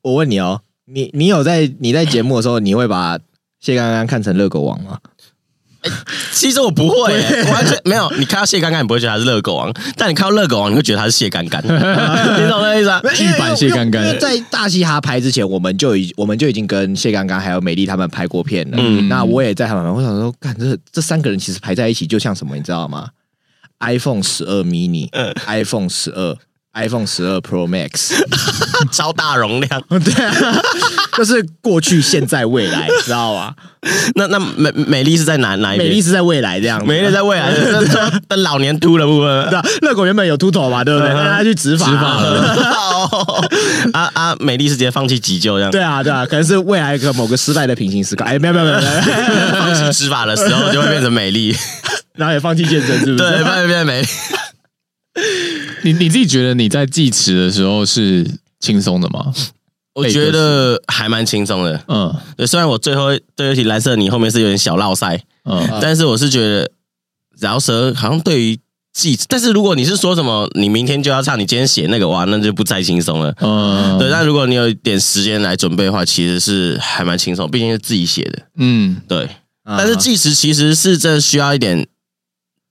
S2: 我问你哦，你你有在你在节目的时候，你会把谢刚刚看成热狗王吗？
S3: 其实我不会，我完全没有。你看到谢刚刚，你不会觉得他是热狗王，但你看到热狗王，你会觉得他是谢刚刚，你懂那意思啊？
S1: 剧
S2: 哎
S1: 版谢干干
S2: 因为在大嘻哈拍之前，我们就已我们就已经跟谢刚刚还有美丽他们拍过片了。
S3: 嗯
S2: 那我也在他们，我想说，干这这三个人其实排在一起就像什么，你知道吗？iPhone 十二 mini、iPhone
S3: 嗯
S2: 十二、iPhone 十二 Pro Max，
S3: 超大容量。
S2: 对、啊，就是过去、现在、未来，知道 吗？
S3: 那那美美丽是在哪哪一
S2: 美
S3: 边
S2: 丽？是在未来这样子，
S3: 哎 美丽在未来的的的老年秃的部分
S2: 对。啊，热狗原本有秃头嘛，对不对？
S3: 嗯
S2: 但他去植发，
S1: 执法 了。
S3: 哦，啊啊！美丽是直接放弃急救这样，
S2: 对啊，对啊，可能是未来一个某个失败的平行思考。哎，没有没有没有，没有
S3: 放弃执法的时候就会变成美丽，
S2: 然后也放弃健身，是不是？
S3: 对，变变美丽。
S1: 你你自己觉得你在记词的时候是轻松的吗？
S3: 我
S1: 被
S3: 觉
S1: 歌
S3: 得还蛮轻松的。
S1: 嗯
S3: 对，虽然我最后对不起蓝色你后面是有点小落塞，
S1: 嗯
S3: 但是我是觉得饶舌好像对于记，但是如果你是说什么你明天就要唱，你今天写那个哇，那就不太轻松了。
S1: 嗯，
S3: 对，但如果你有一点时间来准备的话，其实是还蛮轻松，毕竟是自己写的。
S1: 嗯
S3: 对，
S2: 啊
S3: 但是计时其实是真的需要一点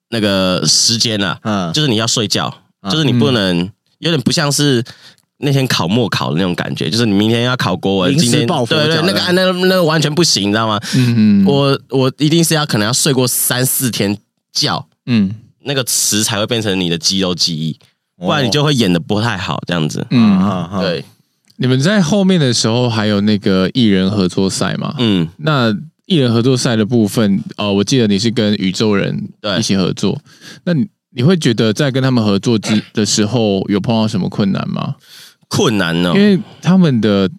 S3: 那个时间啊，
S2: 嗯
S3: 就是你要睡觉，
S2: 嗯
S3: 就是你不能有点不像是那天考末考的那种感觉，就是你明天要考国文，
S2: 临时
S3: 今天
S2: 抱佛
S3: 对对
S2: 脚，
S3: 那个
S2: 的
S3: 啊那个那个完全不行，你知道吗？
S1: 嗯嗯，
S3: 我我一定是要可能要睡过三四天觉，
S1: 嗯
S3: 那个词才会变成你的肌肉记忆，不然你就会演的不太好这样子。
S1: 嗯，
S2: 哦啊哈
S3: 哦对，
S1: 你们在后面的时候还有那个艺人合作赛嘛？
S3: 嗯，
S1: 那艺人合作赛的部分，呃，我记得你是跟宇宙人
S3: 对
S1: 一起合作，那你你会觉得在跟他们合作之的时候有碰到什么困难吗？
S3: 困难哦
S1: 因。为他们的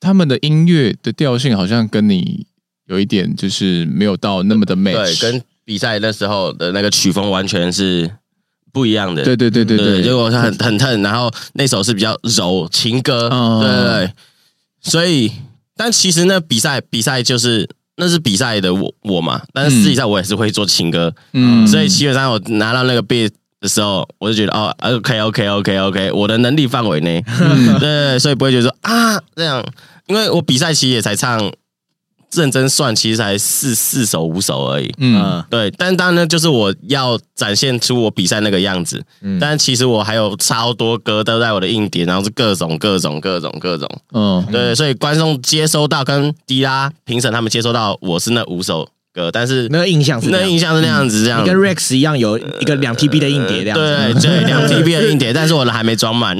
S1: 他们的音乐的调性好像跟你有一点就是没有到那么的 match，
S3: 对，跟比赛那时候的那个曲风完全是不一样的。
S1: 对对对对对，
S3: 结果他很很疼，然后那首是比较柔情歌，
S1: 嗯
S3: 对对对，所以但其实那比赛比赛就是那是比赛的我我嘛，但是私底下我也是会做情歌，
S1: 嗯
S3: 所以基本上我拿到那个 beat 的时候，我就觉得哦，OK OK OK OK，我的能力范围内，
S1: 嗯
S3: 对对对，所以不会觉得说啊这样，因为我比赛其实也才唱，认真算其实才四四首五首而已，
S1: 嗯
S2: 嗯
S3: 对，但当然呢，就是我要展现出我比赛那个样子，
S2: 嗯
S3: 但其实我还有超多歌都在我的硬碟，然后是各种各种各种各种，
S1: 嗯
S3: 对，所以观众接收到跟迪拉评审他们接收到我是那五首歌，但是
S2: 那个印象是那
S3: 那
S2: 样
S3: 印象是那样子，这样
S2: 你跟 Rex 一样有一个两 TB 的硬碟这样子，
S3: 对对，两 TB 的硬碟，但是我的还没 装满，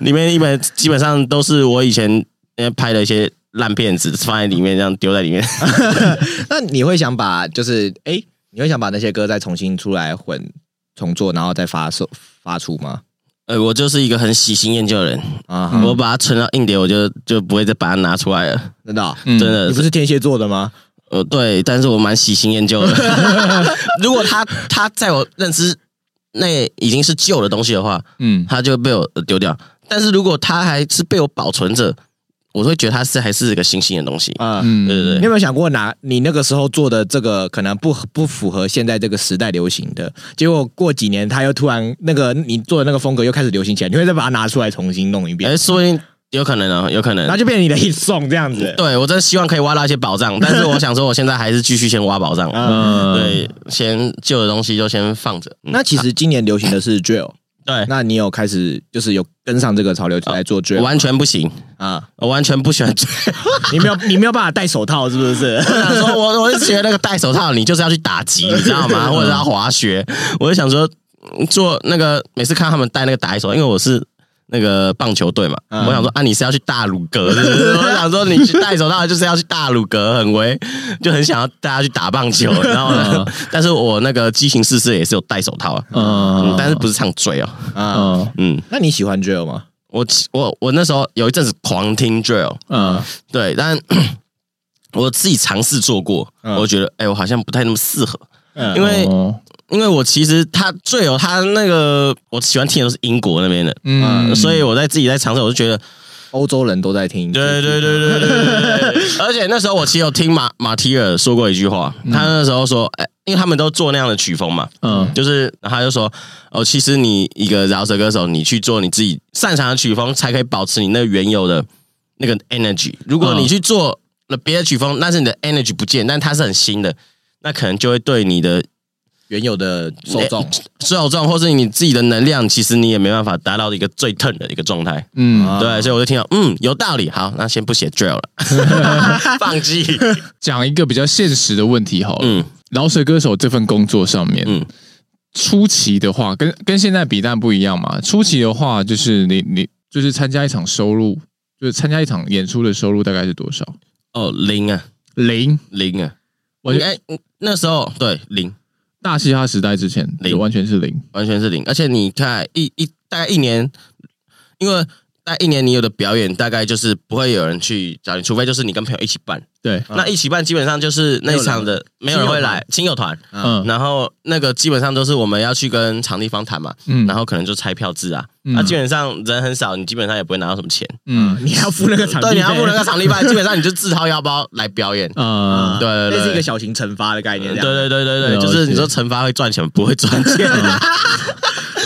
S3: 里面一本基本上都是我以前呃拍的一些烂片子放在里面，这样丢在里面。
S2: 那你会想把就是哎、诶你会想把那些歌再重新出来混重做，然后再发售发出吗？
S3: 呃，我就是一个很喜新厌旧的人，
S2: 啊哈，
S3: 我把它存到硬碟，我就就不会再把它拿出来了。
S2: 真的哦、
S1: 嗯
S3: 真的
S2: 你不是天蝎座的吗？
S3: 呃，对，但是我蛮喜新厌旧 的。如果他他在我认知那已经是旧的东西的话，
S1: 嗯
S3: 他就被我呃丢掉。但是如果他还是被我保存着，我会觉得他是还是一个新兴的东西。
S2: 啊、
S1: 嗯，
S3: 呃对对
S2: 你
S3: 对
S2: 有没有想过拿你那个时候做的这个可能不不符合现在这个时代流行的，结果过几年他又突然那个你做的那个风格又开始流行起来，你会再把它拿出来重新弄一遍，
S3: 哎，说不定有可能哦，有可能
S2: 然后。就变成你的 hit song 这样子。
S3: 对我真的希望可以挖到一些宝藏，但是我想说，我现在还是继续先挖宝藏。
S2: 啊
S1: 嗯，
S3: 对，先旧的东西就先放着。嗯哎
S2: 那其实今年流行的 是 drill，
S3: 对，
S2: 那你有开始就是有跟上这个潮流来做 drill
S3: 完全不行，
S2: 啊？
S3: 哦我完全不喜欢。
S2: 你 没有你没有办法戴手套是不是？
S3: 我想说，我我是觉得那个戴手套，你就是要去打击，你知道吗？或者要滑雪，我就想说做那个，每次看他们戴那个打一手，因为我是。那个棒球队嘛，
S2: 嗯
S3: 我想说啊，你是要去大鲁阁是不是？我想说你去戴手套就是要去大鲁阁，很为就很想要大家去打棒球，然后呢， 但是我那个激情四射也是有戴手套啊，嗯
S1: 嗯，
S3: 但是不是唱追哦，
S2: 啊，
S1: 嗯
S3: 嗯，
S2: 那你喜欢 drill 吗？
S3: 我我我那时候有一阵子狂听 drill，
S1: 嗯
S3: 对，但 我自己尝试做过，
S2: 嗯
S3: 我觉得哎、我好像不太那么适合，
S2: 嗯
S3: 因为
S1: 哦
S3: 因为我其实他最有他那个我喜欢听的都是英国那边的，
S1: 嗯，
S3: 呃所以我在自己在尝试，我就觉得
S2: 欧洲人都在听，
S3: 对对对对对对对对， 而且那时候我其实有听马马提尔说过一句话，他那时候说，哎、因为他们都做那样的曲风嘛，
S1: 嗯
S3: 就是然后他就说，哦，其实你一个饶舌歌手，你去做你自己擅长的曲风，才可以保持你那个原有的那个 energy。如果你去做了别的曲风，但是你的 energy 不见，但它是很新的，那可能就会对你的
S2: 原有的受众
S3: 受众或是你自己的能量，其实你也没办法达到一个最 turn 的一个状态。
S1: 嗯，
S2: 啊
S3: 对，所以我就听到，嗯，有道理。好，那先不写 drill 了， 放弃。
S1: 讲一个比较现实的问题好了，
S3: 嗯
S1: 饶舌歌手这份工作上面，
S3: 嗯
S1: 初期的话，跟跟现在比，但不一样嘛。初期的话，就是你你就是参加一场收入，就是参加一场演出的收入大概是多少？
S3: 哦，零啊，
S1: 零。
S3: 零啊，
S1: 我
S3: 我
S1: 觉
S3: 觉
S1: 得
S3: 得、哎那时候对零。
S1: 大嘻哈时代之前，
S3: 零
S1: 就完全是零。
S3: 完全是零。而且你看一一大概一年，因为但一年你有的表演大概就是不会有人去找你，除非就是你跟朋友一起办。
S1: 对，
S3: 那一起办基本上就是那一场的没有人会来亲友团，
S1: 嗯
S3: 然后那个基本上都是我们要去跟场地方谈嘛，
S1: 嗯
S3: 然后可能就拆票制啊，
S1: 嗯
S3: 那基本上人很少，你基本上也不会拿到什么钱。
S1: 嗯
S2: 你还要付那个场地费，
S3: 对，你要付那个场地费，基本上你就自掏腰包来表 演。
S1: 呃
S2: 啊，
S3: 嗯对对对
S2: 这是一个小型惩罚的概念。
S3: 对
S2: 这样
S3: 对对对对，
S1: 了解
S3: 就是你说惩罚会赚钱，不会赚钱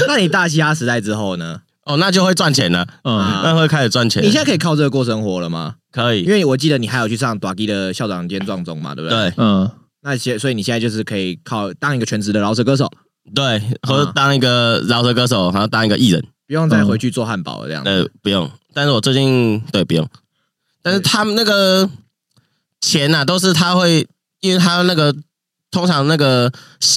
S2: 那你大嘻哈时代之后呢？
S3: 哦，那就会赚钱了，
S1: 嗯
S3: 那会开始赚钱。
S2: 你现在可以靠这个过生活了吗？
S3: 可以
S2: 因为我记得你还有去上短 G 的校长兼壮中嘛，对不对？。
S3: 对
S1: 嗯
S2: 那些，所以你现在就是可以靠当一个全职的饶舌歌手，
S3: 对，或者当一个饶舌歌手，然后当一个艺人，
S2: 不用再回去做汉堡了这样子。
S3: 呃，不用。但是我最近对不用，但是他们那个钱呐、都是他会，因为他那个通常那个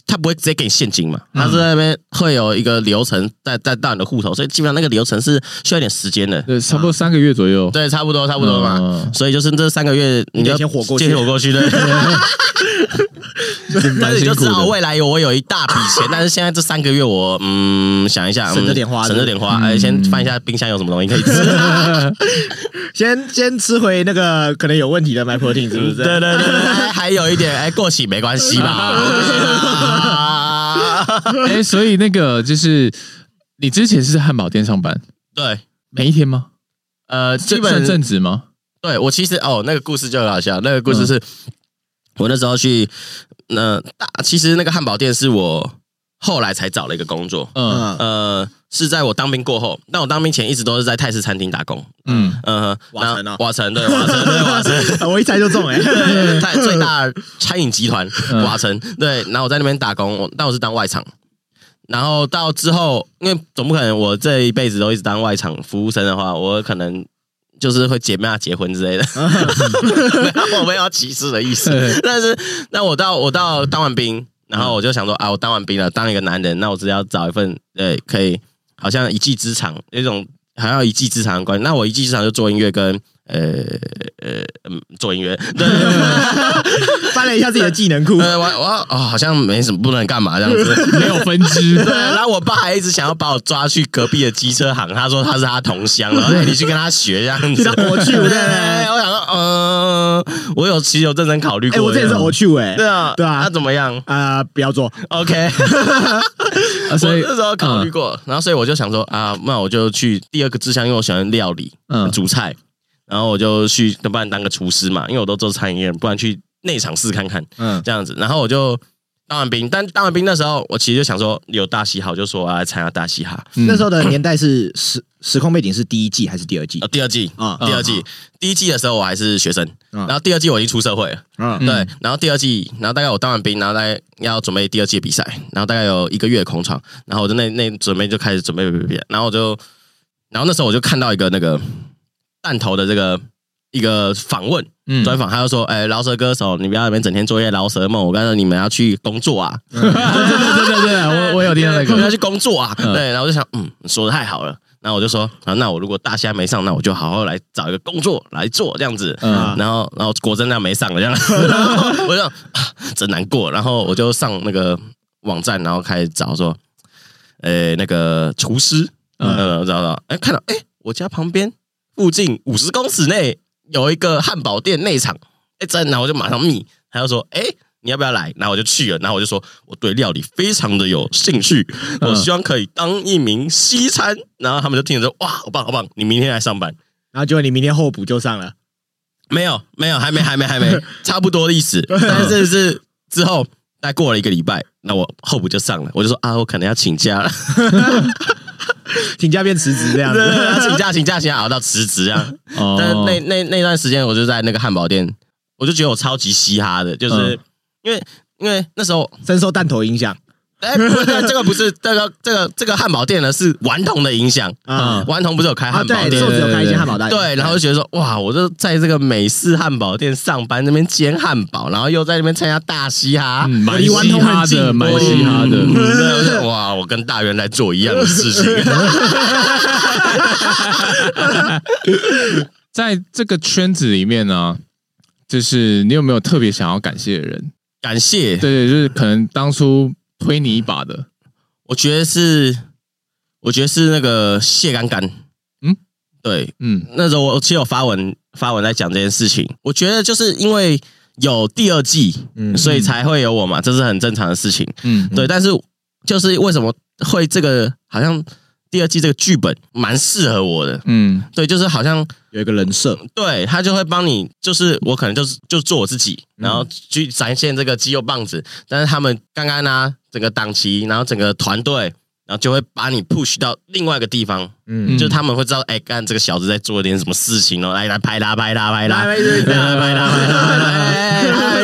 S3: 他不会直接给你现金嘛，他是在那边会有一个流程再再到你的户头，所以基本上那个流程是需要一点时间的。
S1: 对，差不多三个月左右，
S3: 对，差不多，差
S1: 差
S3: 不多嘛。所以就是这三个月，你
S2: 得
S3: 就
S2: 先活过去
S3: 先活 过去对。但
S1: 蛮
S3: 是你
S1: 辛
S3: 就
S1: 苦
S3: 知道
S1: 的。
S3: 未来我有一大笔钱，但是现在这三个月我嗯想一下，嗯
S2: 省着点花
S3: 省着点花，
S1: 嗯
S3: 哎，先翻一下冰箱有什么东西可以吃。
S2: 先先吃回那个可能有问题的 My Protein 是不是？
S3: 对对对，还还有一点哎过期没关系吧。 啊
S1: 哎，所以那个就是你之前是在汉堡店上班，
S3: 对，
S1: 每一天吗？
S3: 呃，基
S1: 这算
S3: 本
S1: 正职吗？
S3: 对我其实哦，那个故事就很好笑，那个故事是
S2: 嗯
S3: 我那时候去，呃，大其实那个汉堡店是我后来才找了一个工作，
S1: 嗯
S2: 嗯，
S3: 呃，是在我当兵过后，但我当兵前一直都是在泰式餐厅打工。
S1: 嗯
S3: 嗯哼，
S2: 瓦城
S3: 然
S2: 啊
S3: 后瓦城对瓦城对瓦 城，
S2: 我一猜就中哎。
S3: 对泰最大餐饮集团
S1: 嗯
S3: 瓦城对，然后我在那边打工，我但我是当外场，然后到之后，因为总不可能我这一辈子都一直当外场服务生的话，我可能就是会姐妹啊结婚之类的，没有我没有要歧视的意思，但是那我到我到当完兵，然后我就想说啊，我当完兵了，当一个男人，那我只要找一份呃可以好像一技之长，有一种好像一技之长的关系。那我一技之长就做音乐跟呃呃嗯做音乐， 对，
S2: 翻了一下自己的技能库，
S3: 呃我我哦好像没什么不能干嘛这样子。
S1: 没有分支，
S3: 对，然后我爸还一直想要把我抓去隔壁的机车行，他说他是他同乡，然后哎你去跟他学这样子。
S2: 让我去，对不
S3: 对，
S2: 对？
S3: 我想说，嗯、我有其实有认真考虑
S2: 哎，
S3: 过。
S2: 我这也是我去哎。
S3: 对啊，
S2: 对啊
S3: 那怎么 样
S2: 啊，不要做，
S3: ？OK，
S1: 啊所以
S3: 我那时候考
S2: 嗯
S3: 虑过，然后所以我就想说啊，那我就去第二个志向，因为我喜欢料理、
S1: 嗯
S3: 煮菜，然后我就去，要不然当个厨师嘛，因为我都做餐饮业，不然去内场试看看
S2: 嗯，
S3: 这样子。然后我就当完兵，但当完兵那时候，我其实就想说有大嘻哈，我就说我要来参加大嘻哈。
S1: 嗯
S2: 那时候的年代是时时空背景是第一季还是第二季
S3: 呃，第二季，
S2: 啊？
S3: 第二季，第一季的时候我还是学生，
S2: 嗯
S3: 然后第二季我已经出社会了，
S2: 嗯
S1: 嗯
S3: 对，然后第二季，然后大概我当完兵，然后大概要准备第二季比赛，然后大概有一个月的空窗，然后我就那那准备就开始准备准备准备，然后我就，然后那时候我就看到一个那个弹头的这个一个访问
S1: 嗯
S3: 专访，他就说，哎、饶舌歌手，你不要在那边整天做一些饶舌梦，我告诉你们要去工作啊，
S1: 对对对对对，我我有听到那
S3: 要
S1: 个，
S3: 去工作啊，
S1: 嗯
S3: 对，然后我就想，嗯，你说的太好了。然后我就说啊，那我如果大虾没上，那我就好好来找一个工作来做这样子。
S1: 嗯
S3: 然后然后果真那样没上了，这样， 然后我就、啊、真难过。然后我就上那个网站，然后开始找说，呃，那个厨师，
S1: 嗯
S3: 呃，找到，哎，看到，哎，我家旁边附近五十公尺内有一个汉堡店内场，哎，真的，然后我就马上密，他就说，哎。你要不要来？然后我就去了，然后我就说我对料理非常的有兴趣，
S1: 嗯
S3: 我希望可以当一名西餐。然后他们就听着说哇，好棒好棒，你明天来上班。
S2: 然后结果你明天候补就上了，
S3: 没有，没有，还没，还没，还没，差不多的意思。但是是之后，大概过了一个礼拜，那我候补就上了，我就说啊，我可能要请假了，
S2: 请假变辞职这样子。
S3: 请假，请假，请假，熬到辞职啊。
S1: 哦
S3: 但那那那段时间，我就在那个汉堡店，我就觉得我超级嘻哈的，就是、
S1: 嗯
S3: 因为因为那时候，
S2: 深受弹头影响
S3: 哎、不是这个不是这个这个这个汉堡店呢，是顽童的影响。
S2: 啊
S3: 顽童不是有开
S2: 啊！
S3: 汉堡
S2: 对，
S3: 店？
S2: 瘦子有开
S1: 对对
S2: 一
S1: 对
S2: 间汉堡蛋，嗯
S3: 对，然后就觉得说，哇，我就在这个美式汉堡店上班，那边煎汉堡，然后又在那边参加大嘻哈，
S1: 嗯蛮
S2: 离弯
S1: 嘻
S2: 通很
S1: 哈
S2: 近
S1: 的，蛮嘻哈的，
S3: 嗯对我就 哇，我跟大元在做一样的事情，
S1: 在这个圈子里面呢、就是你有没有特别想要感谢的人？
S3: 感谢。
S1: 对对，就是可能当初推你一把的，
S3: 我觉得是，我觉得是那个谢干干，
S1: 嗯
S3: 嗯，对，
S1: 嗯
S3: 那时候我其实有发文发文在讲这件事情，我觉得就是因为有第二季，
S2: 嗯
S3: 所以才会有我嘛，这是很正常的事情。
S1: 嗯，
S3: 对，但是就是为什么会这个好像第二季这个剧本蛮适合我的，
S1: 嗯
S3: 对，就是好像
S2: 有一个人设，
S3: 对他就会帮你，就是我可能就是就做我自己，然后去展现这个肌肉棒子。但是他们刚刚呢，整个档期，然后整个团队，然后就会把你 push 到另外一个地方，
S2: 嗯，
S3: 就他们会知道，哎，干这个小子在做点什么事情哦，来来拍他拍他拍他，
S2: 来
S3: 来
S2: 来来
S3: 来来拍他拍他拍他，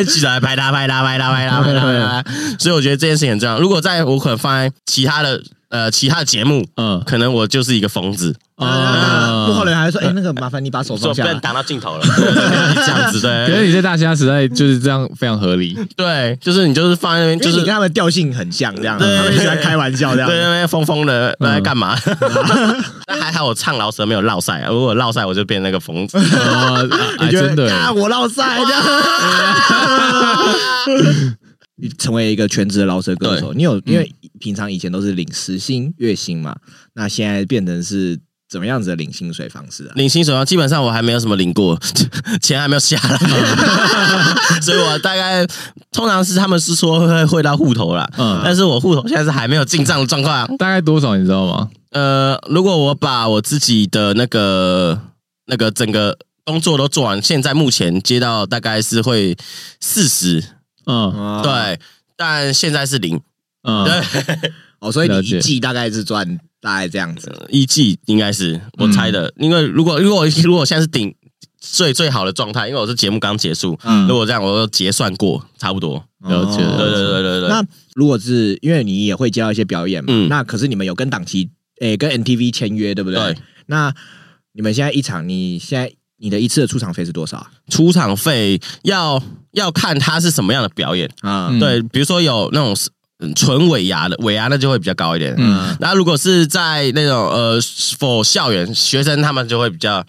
S3: 哎，起来拍他拍他拍他拍他拍他拍他。 所以我觉得这件事情很重要。如果在我可能放在其他的呃其他的节目，
S1: 嗯
S3: 可能我就是一个疯子，
S2: 啊，
S1: 啊，
S2: 幕后人还说，哎，那个麻烦你把手
S4: 说被
S2: 放下
S4: 人
S2: 来，
S4: 打到镜头了，
S3: 这样子
S1: 可是
S3: 对
S1: 你在大虾时代就是这样非常合 理，
S3: 对，就是你就是放在那边
S2: 就
S3: 就是是
S2: 跟他们调性很像，这样，
S3: 对
S2: 他们喜欢开玩笑这
S3: 对，
S2: 样。
S3: 那边疯疯的在干嘛？ 但还好我唱饶舌没有落赛，如果落赛我就变那个疯子。
S1: 啊，哎
S2: 你觉
S1: 真
S2: 得啊，
S1: 的，
S2: 我落赛这你成为一个全职的饶舌歌手，你有因为平常以前都是领时薪、月薪嘛，那现在变成是怎么样子的领薪水方式啊？
S3: 领薪水啊，基本上我还没有什么领过， 钱还没有下来，所以我大概通常是他们是说会汇到户头啦，
S1: 嗯
S3: 但是我户头现在是还没有进账的状况。啊
S1: 大概多少你知道吗？
S3: 呃，如果我把我自己的那个那个整个工作都做完，现在目前接到大概是会四十，
S1: 嗯
S2: 啊，
S3: 对，但现在是零，
S1: 嗯，
S3: 对，
S2: 哦，所以你
S1: 了解
S2: 一季大概是赚大概这样子，
S3: 一季应该是
S1: 嗯
S3: 我猜的，因为如果如果如果我现在是顶最最好的状态，因为我是节目刚结束，
S1: 嗯
S3: 如果这样我都结算过，差不多。
S1: 了解
S2: 哦
S3: 嗯对对对对对，
S2: 那如果是因为你也会接到一些表演嘛，
S3: 嗯
S2: 那可是你们有跟档期诶、跟 NTV 签约，对不对？
S3: 对
S2: 那你们现在一场，你现在你的一次的出场费是多少啊？
S3: 出场费要要看他是什么样的表演，
S2: 啊、
S1: 嗯
S3: 对，比如说有那种嗯纯尾牙的，尾牙那就会比较高一点。
S2: 啊
S1: 嗯
S3: 那如果是在那种呃否校园学生，他们就会比较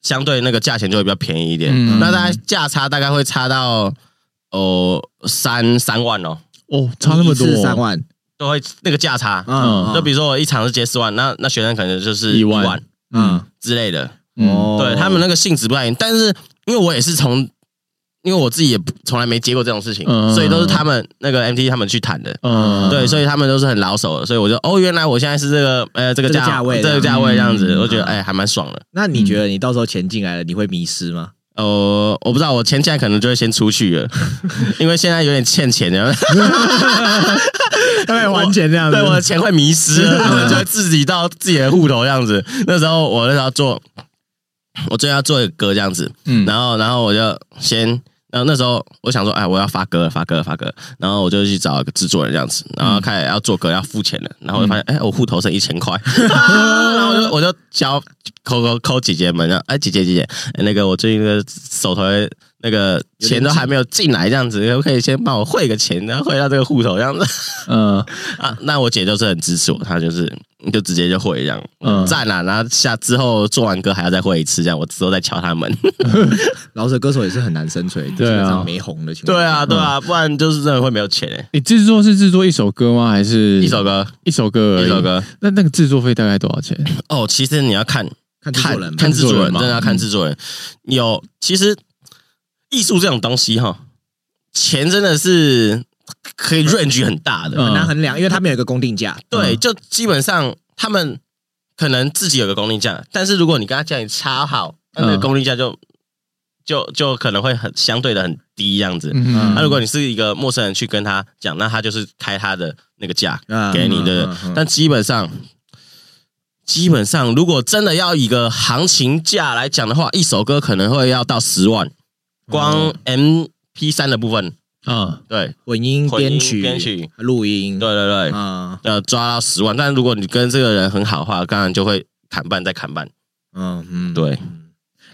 S3: 相对那个价钱就会比较便宜一点。
S1: 嗯
S3: 那大概价差大概会差到哦三三万哦，
S1: 哦，差那么多
S2: 一次三万，啊
S3: 都会那个价差。
S1: 嗯
S3: 就比如说我一场是接四万，那那学生可能就是
S1: 一
S3: 一
S1: 万
S3: 万
S2: 嗯，
S3: 之类的。
S1: 哦，
S3: 嗯对他们那个性质不太一样，但是因为我也是从，因为我自己也不从来没接过这种事情，
S1: 嗯
S3: 所以都是他们那个 MT 他们去谈的。
S1: 嗯，
S3: 对，所以他们都是很老手的，所以我就哦，原来我现在是这个呃这个
S2: 这
S3: 价
S2: 个价位
S3: 这个价位这样子，
S1: 嗯
S3: 我觉得哎还蛮爽的。
S2: 那你觉得你到时候钱进来了，你会迷失吗？
S3: 呃，我不知道，我钱现在可能就会先出去 了，因为现在有点欠钱，然后
S2: 对，还钱这样
S3: 对我的钱会迷失了，他们就会自己到自己的户头这样子。那时候我那时候做，我最近要做一个歌这样子，
S1: 嗯
S3: 然后然后我就先，然后那时候我想说，哎，我要发歌了，发歌了，发歌了，然后我就去找一个制作人这样子，然后开始要做歌要付钱了，然后我就发现，哎，我户头剩一千块，然后我就我就敲扣扣扣姐姐们，然后哎姐姐姐姐，哎那个我最近的手头那个钱都还没有进来，这样子可不可以先帮我汇个钱，然后汇到这个户头这样子
S1: 嗯
S3: 啊？那我姐就是很支持我，她就是就直接就汇这样，
S1: 嗯
S3: 赞啦、然后下之后做完歌还要再汇一次，这样我之后再敲他们。
S2: 饶舌歌手也是很难生存，基
S1: 对啊
S2: 本上没红的情况。
S3: 对啊，对啊，不然就是真的会没有钱欸诶。
S1: 你制作是制作一首歌吗？还是
S3: 一首歌，
S1: 一首歌而已
S3: 一首？歌。
S1: 那那个制作费大概多少钱？
S3: 哦，其实你要看
S2: 看制作人
S3: 看
S2: 吧，
S3: 看制作人，嗯
S1: 嘛
S3: 真的要看制作人。有，其实艺术这种东西哈，钱真的是可以 range 很大的。
S1: 嗯
S2: 很难衡量，因为他们有一个公定价。
S3: 对，
S1: 嗯
S3: 就基本上他们可能自己有个公定价，但是如果你跟他价你差好，那那个
S1: 嗯
S3: 公定价就就就可能会很相对的很低这样子。
S1: 嗯
S3: 那如果你是一个陌生人去跟他讲，那他就是开他的那个价，
S2: 啊
S3: 给你的
S2: 嗯嗯嗯，
S3: 但基本上，基本上如果真的要以一个行情价来讲的话，一首歌可能会要到十万，
S1: 哦
S3: 光 M P 三的部分，
S1: 嗯
S3: 对
S2: 混音、
S3: 混音
S2: 编曲、
S3: 编曲、
S2: 录音，
S3: 对对对，
S2: 啊，
S3: 呃，抓到十万。但如果你跟这个人很好的话，当然就会砍半再砍半，
S2: 嗯嗯，
S3: 对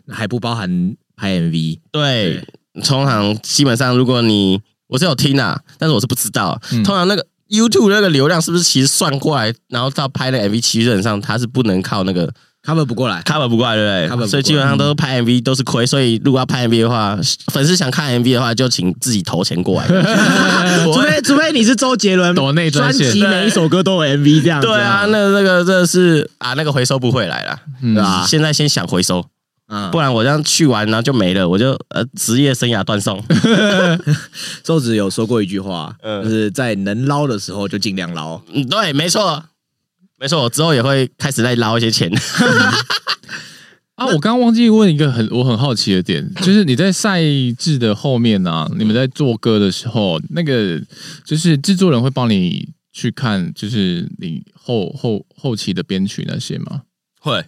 S2: 那还不包含拍 MV。
S3: 对。通常基本上，如果你我是有听啊，但是我是不知道，
S1: 嗯
S3: 通常那个。YouTube 那个流量是不是其实算过来，然后到拍的 MV，基本上它是不能靠那个
S2: cover 不过 来，
S3: cover 不过来，对
S2: cover
S3: 不
S2: 不过来
S3: 对？所以基本上都是拍 MV 都是亏，所以如果要拍 MV 的话，粉丝想看 MV 的话，就请自己投钱过 来。
S4: 除非除非你是周杰伦
S1: 抖内专
S4: 专
S1: 线
S4: 辑每一首歌都有 MV 这样子，
S3: 对啊，那那个这是啊，那个回收不会来啦，
S1: 嗯
S3: 对吧？现在先想回收，
S2: 嗯，
S3: 不然我这样去完然后就没了，我就呃职业生涯断送。
S2: 周子有说过一句话，
S3: 嗯
S2: 就是在能捞的时候就尽量捞。
S3: 嗯，对，没错，没错，我之后也会开始再捞一些钱。
S1: 啊，我刚刚忘记问一个很我很好奇的点，就是你在赛制的后面啊，你们在做歌的时候，那个就是制作人会帮你去看，就是你后后后期的编曲那些吗？
S3: 会，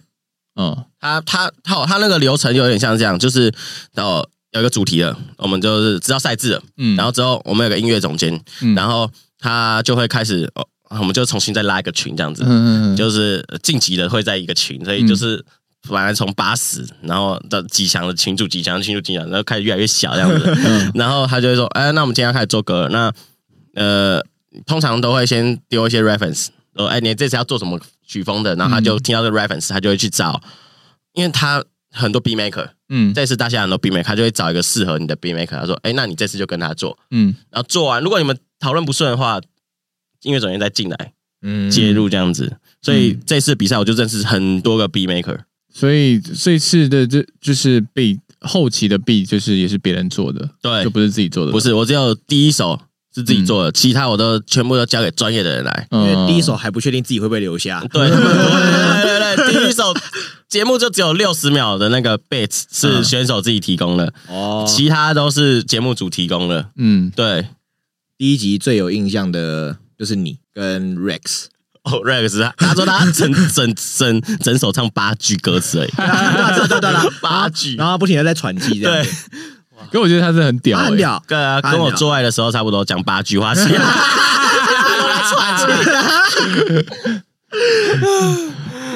S1: 嗯，
S3: 他他他他那个流程有点像这样，就是哦有一个主题了，我们就是知道赛制了，
S1: 嗯
S3: 然后之后我们有个音乐总监，
S1: 嗯
S3: 然后他就会开始哦，我们就重新再拉一个群这样子，
S1: 嗯，
S3: 就是晋级的会在一个群，所以就是本来从八十，然后到几强的群主，几强的群主，几强，然后开始越来越小这样子。 然后他就会说：“哎，那我们今天要开始做歌了。那呃，通常都会先丢一些 reference，说哎，你这次要做什么曲风的？然后他就听到这个 reference，他就会去找，因为他很多 B maker，
S1: 嗯
S3: 这次大家很多 B maker，他就会找一个适合你的 B maker。他说：哎，那你这次就跟他做。
S1: 嗯
S3: 然后做完，如果你们讨论不顺的话，音乐总监再进来。”
S2: 嗯
S3: 介入这样子。所以这次比赛我就认识很多个 B maker，
S1: 所以这次的这就是 B 后期的 B 就是也是别人做的，
S3: 对
S1: 就不是自己做的，
S3: 不，是我只有第一首是自己做的，其他我都全部都交给专业的人来。
S1: 因
S2: 因为第一首还不确定自己会不会留下，
S3: 对对对对对，第一首节目就只有六十秒的那个 beats 是选手自己提供的，
S2: 哦
S3: 其他都是节目组提供的。
S1: 嗯，
S3: 对，
S2: 第一集最有印象的就是你跟 Rex，
S3: 哦、Rex 他说他整整整整首唱八句歌词而已，八句，
S2: 然后不停的在喘气，这样
S3: 对
S2: 子，
S1: 可我觉得他是很屌、
S2: 他
S1: 欸，
S2: 很屌，
S3: 对啊，跟我做爱的时候差不多，讲八句话。其他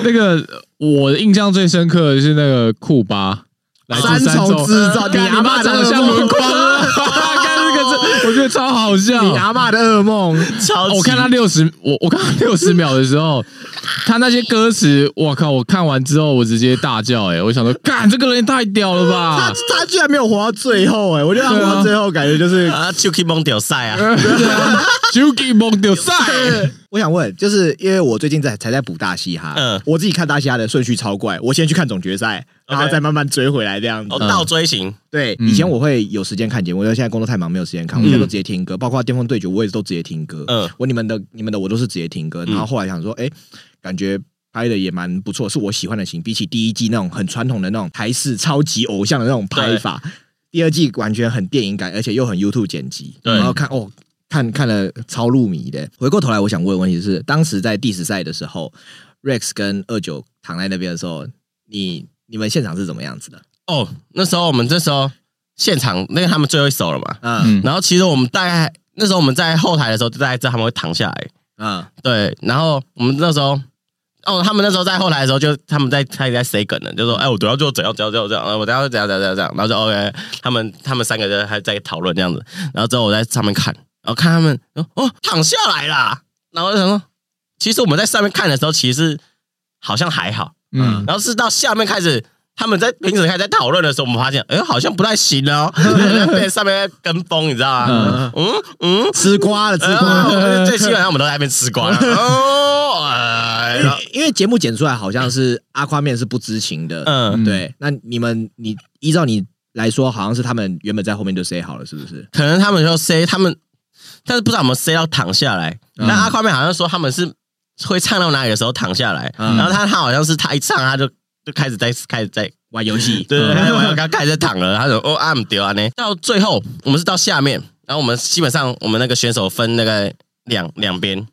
S1: 那个我印象最深刻的是那个库巴，来自
S4: 三重
S1: 重
S4: 制造
S1: 干
S4: 你
S1: 你
S4: 阿嬷
S1: 妈
S4: 的
S1: 长得像
S4: 噩梦
S1: 轮 框啊！干这个这，我觉得超好笑。哦
S4: 你啊阿嬷的噩梦，
S3: 超 级
S1: 我看他六十，我我看他 六十秒的时候，他那些歌词，我靠！我看完之后，我直接大叫、欸，哎，我想说，干这个人也太屌了吧
S3: 啊
S4: 他！ 他居然没有活到最后，
S2: 欸
S4: 哎，我觉得他活到最后感觉就是，
S3: 啊，就 keep on 屌赛啊，
S1: 对啊 Juki 蒙丢赛，
S2: 我想问，就是因为我最近在才在补大嘻哈，
S3: 嗯
S2: 我自己看大嘻哈的顺序超怪，我先去看总决赛，然后
S3: OK
S2: 再慢慢追回来这样子。
S3: 哦，倒追型，
S2: 对，
S1: 嗯
S2: 以前我会有时间看节目，因为现在工作太忙没有时间看，我现在都直接听歌，包括巅峰对决我也都直接听歌。
S3: 嗯
S2: 我你们的你们的我都是直接听歌，然后后来想说，哎、感觉。拍的也蛮不错，是我喜欢的型。比起第一季那种很传统的那种台式超级偶像的那种拍法，第二季完全很电影感，而且又很 YouTube 剪辑，
S3: 对
S2: 然后看哦，看看了超入迷的。回过头来，我想问的问题是，当时在第十赛的时候，Rex 跟二九躺在那边的时候，你你们现场是怎么样子的？
S3: 哦，那时候我们这时候现场那个他们最后一首了嘛，
S2: 嗯
S3: 然后其实我们大概那时候我们在后台的时候，就大概知道他们会躺下来，
S2: 嗯，
S3: 对，然后我们那时候。哦，他们那时候在后台的时候就，他们在开始在 say 梗了，就说：“哎，我等下就怎样怎样怎样怎样，呃我等下就怎样怎样怎样怎样。”然后就 OK，他们他们三个人还在讨论这样子。然后之后我在上面看，然后看他们哦哦躺下来啦，然后我就想说，其实我们在上面看的时候，其实好像还好，
S1: 嗯，
S3: 然后是到下面开始，他们在评审开始在讨论的时候，我们发现，哎、好像不太行哦，在上面在跟风，你知道吗？嗯嗯，呃
S4: 吃瓜了，吃
S3: 然
S4: 瓜了。
S3: 后最基本上我们都在那边吃瓜了。哦，哎
S2: 因
S3: 然后
S2: 为因为节目剪出来好像是阿夸面是不知情的，
S3: 嗯，
S2: 对。那你们你依照你来说，好像是他们原本在后面就 say 好了，是不是？
S3: 可能他们就 C，他们，但是不知道我们 C 要躺下来。那、阿夸妹好像说他们是会唱到哪里的时候躺下来，
S2: 嗯
S3: 然后他他好像是他一唱他就就开始在开始在
S2: 玩游戏， 嗯
S3: 对对，对，我要刚开始躺了，他说哦 I'm 丢啊呢。到最后我们是到下面，然后我们基本上我们那个选手分那个两两边，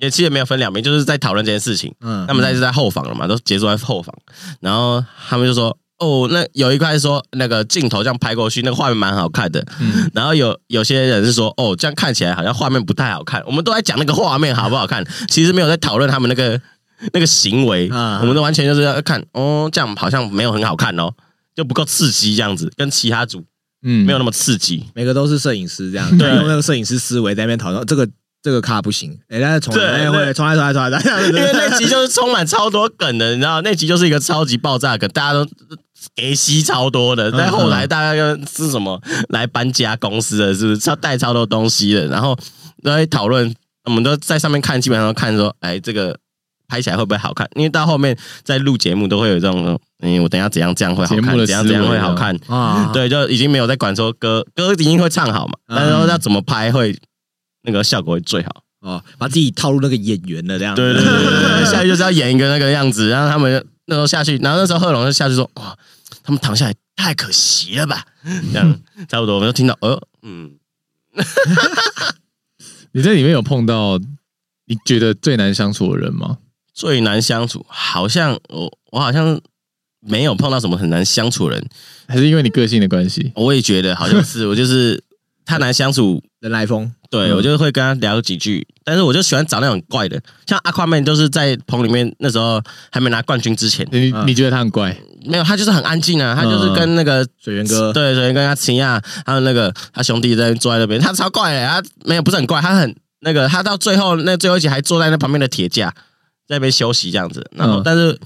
S3: 也其实没有分两边，就是在讨论这件事情。
S2: 嗯
S3: 他们在是在后房了嘛，都结束在后房，然后他们就说。哦，那有一块是说那个镜头这样拍过去，那个画面蛮好看的。
S1: 嗯
S3: 然后有有些人是说，哦，这样看起来好像画面不太好看。我们都在讲那个画面好不好看，其实没有在讨论他们那个那个行为。
S2: 啊
S3: 我们都完全就是要看，哦，这样好像没有很好看哦，就不够刺激，这样子跟其他组
S1: 嗯
S3: 没有那么刺激。
S2: 每个都是摄影师这样，
S3: 对
S2: 用那个摄影师思维在那边讨论这个这个卡不行，哎，那重来，
S3: 对
S2: 哎，
S3: 对
S2: 会重来，重来，重来，重来
S3: 因为 那集就是充满超多梗的，你知道，那集就是一个超级爆炸梗，大家都给吸超多的。
S1: 嗯
S3: 但后来大家就是什么来搬家公司的，是不是超带超多东西的？然后都在讨论，我们都在上面看，基本上都看说，哎，这个拍起来会不会好看？因为到后面在录节目都会有这种，嗯，我等一下怎样这样会好
S1: 节目
S3: 看，
S1: 的
S3: 怎样怎样
S1: 思维
S3: 会
S1: 啊
S3: 好看。
S2: 啊，
S3: 对，就已经没有在管说歌歌一定会唱好嘛，
S2: 嗯
S3: 但是说要怎么拍会那个效果会最好。
S2: 哦，把自己套入那个演员的这样，
S3: 对对对对对，下去就是要演一个那个样子，然后他们那时候下去，然后那时候贺龙就下去说：“哇，他们躺下来太可惜了吧？”这样差不多，我们就听到，呃，嗯，
S1: 你在里面有碰到你觉得最难相处的人吗？
S3: 最难相处，好像我我好像没有碰到什么很难相处的人，
S1: 还是因为你个性的关系？
S3: 我也觉得好像是我就是太难相处，
S2: 人来疯，
S3: 对、
S1: 嗯
S3: 我就会跟他聊几句，但是我就喜欢找那种怪的，像阿夸妹就是在棚里面那时候还没拿冠军之前，
S1: 你
S2: 嗯
S1: 你觉得他很怪？
S3: 没有他就是很安静啊，他就是跟那个
S2: 水源哥，
S3: 对，所以跟他秦亚还有那个他兄弟在那边坐在那边，他超怪的，他没有不是很怪，他很那个，他到最后那最后一集还坐在那旁边的铁架在那边休息这样子。然后，
S1: 嗯
S3: 但是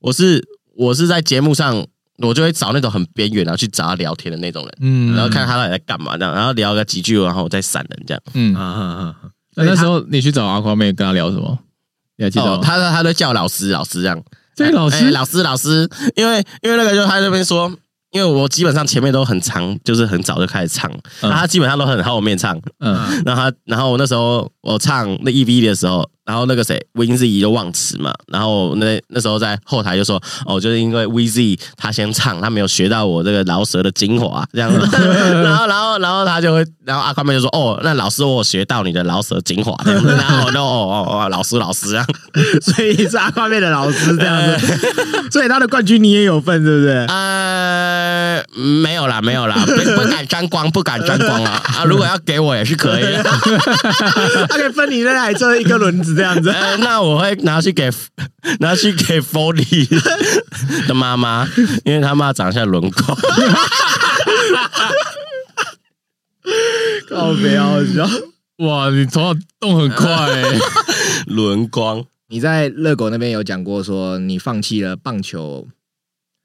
S3: 我是我是在节目上，我就会找那种很边缘，然后去找他聊天的那种人，
S1: 嗯
S3: 然后看他到底在干嘛这样，然后聊个几句，然后我再闪人这样。
S1: 嗯
S2: 啊，啊啊，
S1: 那那时候你去找阿夸妹跟她聊什么？你还记得
S3: 哦
S1: 吗，？
S3: 他他都叫老师老师这样，
S1: 这个老
S3: 哎
S1: 师
S3: 老师老师，因为因为那个就他这边说。因为我基本上前面都很长，就是很早就开始唱，
S1: 嗯
S3: 那他基本上都很后面唱，
S1: 嗯
S3: 然后他，然后我那时候我唱那 EV 的时候，然后那个谁 WinZ 就忘词嘛，然后那那时候在后台就说，哦，就是因为 VZ 他先唱，他没有学到我这个饶舌的精华这样子，然后然后然后他就会，然后阿宽妹就说，哦，那老师我有学到你的饶舌精华这样子，然后我就哦哦哦，老师老师这样，
S4: 所以你是阿夸妹的老师这样 子，所以他的冠军你也有份，对不对？
S3: 呃，没有啦，没有啦，不不敢沾光，不敢沾光啊啊！如果要给我也是可以的。
S4: 他可以分你那台车一个轮子这样 子。
S3: 呃，那我会拿去给拿去给 Foley 的妈妈，因为他妈长相轮廓。
S4: 靠北好笑。
S1: 哇，你头脑动很快欸，
S3: 轮光。
S2: 你在热狗那边有讲过说你放弃了棒球，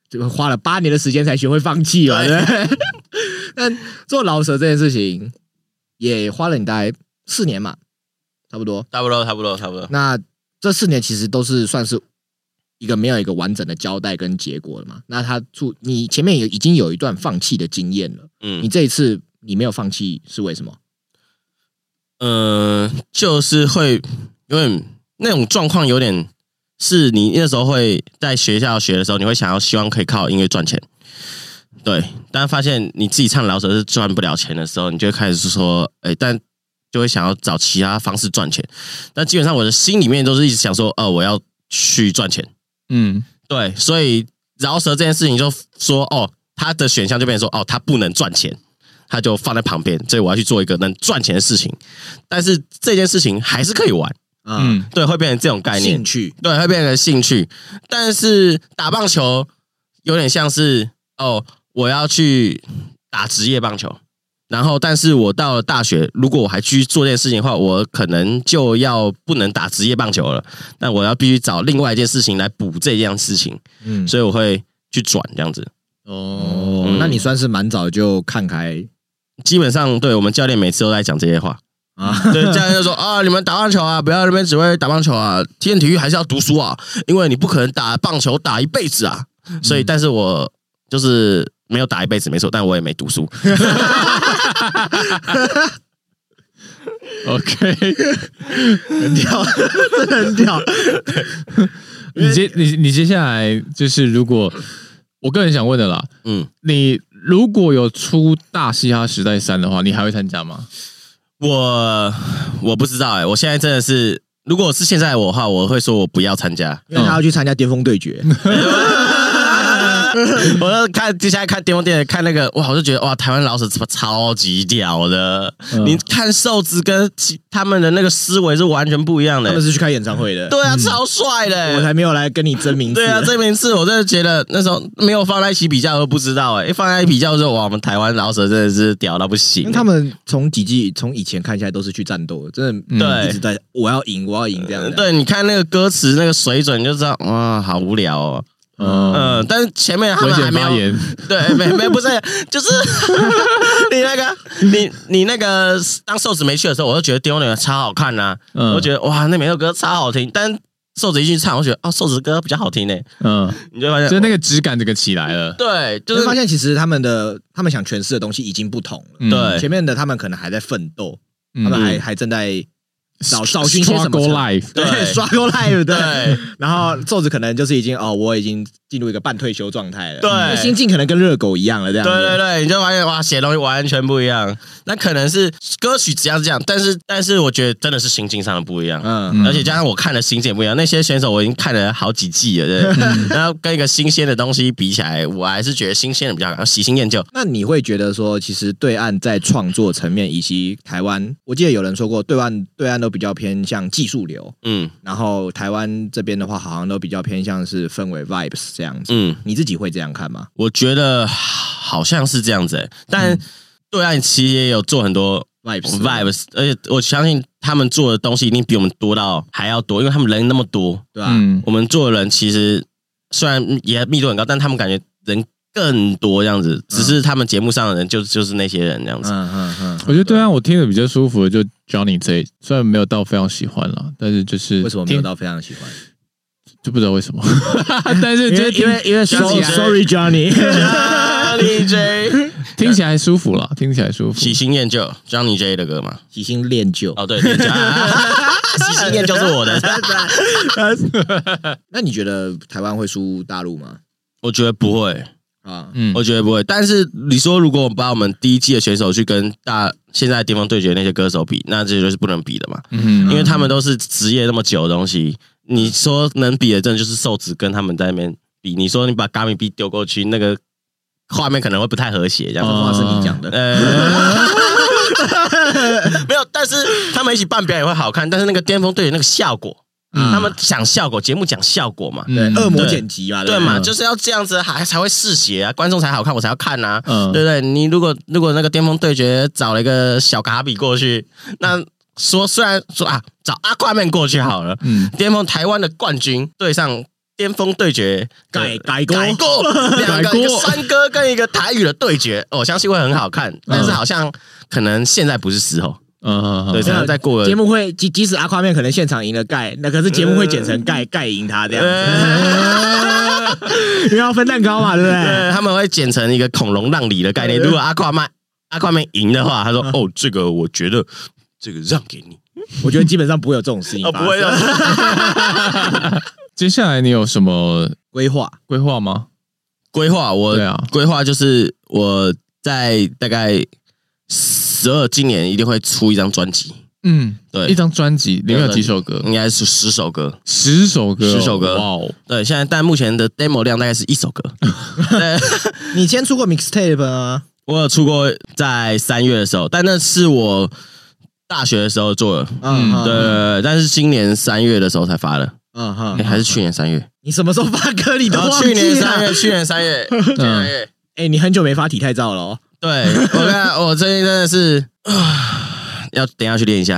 S2: 就花了八年的时间才学会放弃嘛，对不 对？但做老舌这件事情也花了你大概四年嘛，差不多。
S3: 差不多，差不多，差不多。
S2: 那这四年其实都是算是一个没有一个完整的交代跟结果了嘛。那他出你前面有已经有一段放弃的经验了，你
S3: 嗯，
S2: 这一次你没有放弃是为什么？
S3: 呃，就是会因为那种状况有点是你那时候会在学校学的时候，你会想要希望可以靠音乐赚钱，对。但发现你自己唱老舍是赚不了钱的时候，你就会开始说，哎、但就会想要找其他方式赚钱。但基本上我的心里面都是一直想说，呃，我要去赚钱。
S1: 嗯，
S3: 对，所以饶舌这件事情就说哦，他的选项就变成说哦，他不能赚钱，他就放在旁边，所以我要去做一个能赚钱的事情。但是这件事情还是可以玩，
S2: 啊、
S1: 嗯，
S3: 对，会变成这种概念
S2: 兴，趣
S3: 对，会变成兴趣。但是打棒球有点像是哦，我要去打职业棒球。然后，但是我到了大学，如果我还继续做这件事情的话，我可能就要不能打职业棒球了。那我要必须找另外一件事情来补这件事情。
S2: 嗯
S3: 所以我会去转这样子。
S2: 哦、
S3: 嗯
S2: 那你算是蛮早就看开
S3: 基本上，对我们教练每次都在讲这些话。
S2: 啊。
S3: 对，教练就说啊，你们打棒球啊，不要那边只会打棒球啊，体验体育还是要读书啊，因为你不可能打棒球打一辈子啊。所以，但是我就是没有打一辈子，没错，但我也没读书。
S1: OK，
S4: 很 屌，真的很屌。
S1: 你接你你接下来就是，如果我个人想问的啦，
S3: 嗯，
S1: 你如果有出《大嘻哈时代三》的话，你还会参加吗？
S3: 我我不知道哎、我现在真的是，如果是现在我的话，我会说我不要参加。
S2: 因为他要去参加巅峰对决，
S3: 我就看接下来看巅峰电影，看那个哇，我就觉得哇，台湾老师怎么超级屌的？
S1: 嗯
S3: 你看瘦子跟其他们的那个思维是完全不一样的、
S2: 他们是去嗯开演唱会的，
S3: 对啊，超帅的、
S4: 我才没有来跟你争名次。
S3: 对啊，这名次我真的觉得那时候没有放在一起比较都不知道哎、一放在一起比较之后，哇，我们台湾老舍真的是屌到不行、
S2: 因为他们从几季从以前看下来都是去战斗的，真的
S3: 对
S2: 嗯一直在我要赢，我要赢这样。
S3: 对，你看那个歌词那个水准就知道，哇，好无聊哦。
S1: 嗯，
S3: 嗯，但是前面他
S1: 危
S3: 们还
S1: 险
S3: 没
S1: 发
S3: 有，
S1: 言，
S3: 对，没没不是，就是 你那个你你那个当瘦子没去的时候，我就觉得丢脸超好看呐、
S1: 嗯
S3: 我觉得哇，那每首歌超好听，但瘦子一去唱，我觉得哦，瘦子歌比较好听呢、
S1: 嗯，
S3: 你就发现
S1: 就是那个质感整个起来了，
S3: 对，
S2: 就
S3: 就
S2: 是是发现其实他们的他们想诠释的东西已经不同了。
S1: 嗯
S3: 对
S2: 前面的他们可能还在奋斗，
S1: 嗯
S2: 他们还还正在找找寻些什么
S1: struggle
S2: 成。
S1: life，
S3: 对
S2: 对， 刷过 live 对
S3: 对，
S2: 然后瘦子可能就是已经哦，我已经进入一个半退休状态了，
S3: 对
S2: 因为心境可能跟热狗一样了，这样子
S3: 对对对，你就发现哇，写的东西完全不一样。那可能是歌曲只要是这样，但是但是我觉得真的是心境上的不一样。
S2: 嗯，
S3: 而且加上我看的心境也不一样，那些选手我已经看了好几季了，
S2: 嗯
S3: 对。然后跟一个新鲜的东西比起来，我还是觉得新鲜的比较好，喜新厌旧。
S2: 那你会觉得说，其实对岸在创作层面以及台湾，我记得有人说过，对岸对岸都比较偏向技术流，
S3: 嗯
S2: 然后台湾这边的话，好像都比较偏向是氛围 vibes 这样子。
S3: 嗯，
S2: 你自己会这样看吗？
S3: 我觉得好像是这样子、欸，但对岸其实也有做很多
S2: vibes
S3: vibes，而且我相信他们做的东西一定比我们多到还要多，因为他们人那么多，
S2: 对吧、
S1: 嗯
S3: 我们做的人其实虽然也密度很高，但他们感觉人更多这样子，只是他们节目上的人就就是那些人这样
S2: 嗯
S3: 子。
S2: 嗯嗯
S1: 我觉得对啊，我听的比较舒服的就 Johnny 这一，虽然没有到非常喜欢啦，但是就是
S2: 嗯，为什么没有
S1: 听
S2: 到非常喜欢？
S1: 就不知道为什么，但是
S4: 因
S1: 就
S4: 为
S1: 是
S4: 因
S1: 听
S4: 为因为
S3: 想起
S4: sorry
S3: 来
S4: sorry Johnny，
S3: Johnny 啊 J
S1: 听起来舒服啦，听起来舒服。
S3: 喜新厌旧，Johnny J 的歌嘛？
S2: 喜新恋旧。
S3: 哦，对，恋旧啊 喜新厌旧是我的，
S2: 那你觉得台湾会输大陆吗？
S3: 我觉得不会，
S2: 啊，
S1: 嗯，
S3: 我觉得不会。但是你说，如果我们把我们第一季的选手去跟大现在地方对决那些歌手比，那这就是不能比的嘛，
S1: 嗯
S3: 因为他们都是职业那么久的东西。你说能比的，真的就是瘦子跟他们在那边比。你说你把 Gummy B 丢过去，那个画面可能会不太和谐，这样子。
S1: 哦
S2: 话是你讲的。
S3: 呃，没有，但是他们一起办表演会好看，但是那个巅峰对决那个效果，
S1: 嗯
S3: 他们讲效果，节目讲效果嘛，
S2: 对，
S1: 嗯
S2: 恶魔
S3: 对
S2: 剪辑嘛，
S3: 对
S2: 不
S3: 嘛，就是要这样子还才会嗜血啊，观众才好看，我才要看啊，
S1: 嗯
S3: 对不对？你如果如果那个巅峰对决找了一个小卡比过去，那说虽然说啊，找阿挂面过去好了，
S1: 嗯，
S3: 巅峰台湾的冠军对上。巅峰对决，
S4: 改改锅
S3: 改过两
S1: 改
S3: 个
S1: 锅
S3: 一个山歌跟一个台语的对决，我相信会很好看。但是好像可能现在不是时候，
S1: 嗯，
S3: 对，
S1: 对
S3: 可能再过
S4: 节
S3: 了。
S4: 目会即即使阿夸面可能现场赢了盖，那可是节目会剪
S2: 嗯
S4: 成盖盖赢他这样
S3: 呃
S4: 子， 因为要分蛋糕嘛，对不对？
S3: 对，他们会剪成一个恐龙让梨的概念。如果阿夸曼阿夸曼赢的话，他说：“哦，这个我觉得这个让给你。
S4: 我觉得基本上不会有这种事”情
S3: 哦，
S4: 发
S3: 不
S4: 生。
S3: 会的。
S1: 接下来你有什么
S2: 规划，
S1: 规划吗？
S3: 规划我
S1: 对啊
S3: 规划就是我在大概十二今年一定会出一张专辑，
S1: 嗯，
S3: 对
S1: 一张专辑里面有几首歌？
S3: 应该是十首歌。
S1: 十首歌哦，
S3: 十首歌
S1: 哇哦，
S3: 对，现在但目前的 demo 量大概是一首歌。 对，
S2: 你先出过 mixtape 啊？
S3: 我有出过在三月的时候，但那是我大学的时候做的。
S1: 嗯
S2: 啊
S3: 对，对，对但是今年三月的时候才发的，
S2: 嗯哈
S3: 哎，还是去年三月？
S2: 你什么时候发歌？你都
S4: 啊
S3: 然后
S2: 忘
S3: 去年
S2: 记
S3: 三
S2: 了？
S3: 月，去年 三月，去年三月。
S2: 哎，你很久没发体态照了哦。
S3: 对，我看我最近真的是啊要等一下去练一 下。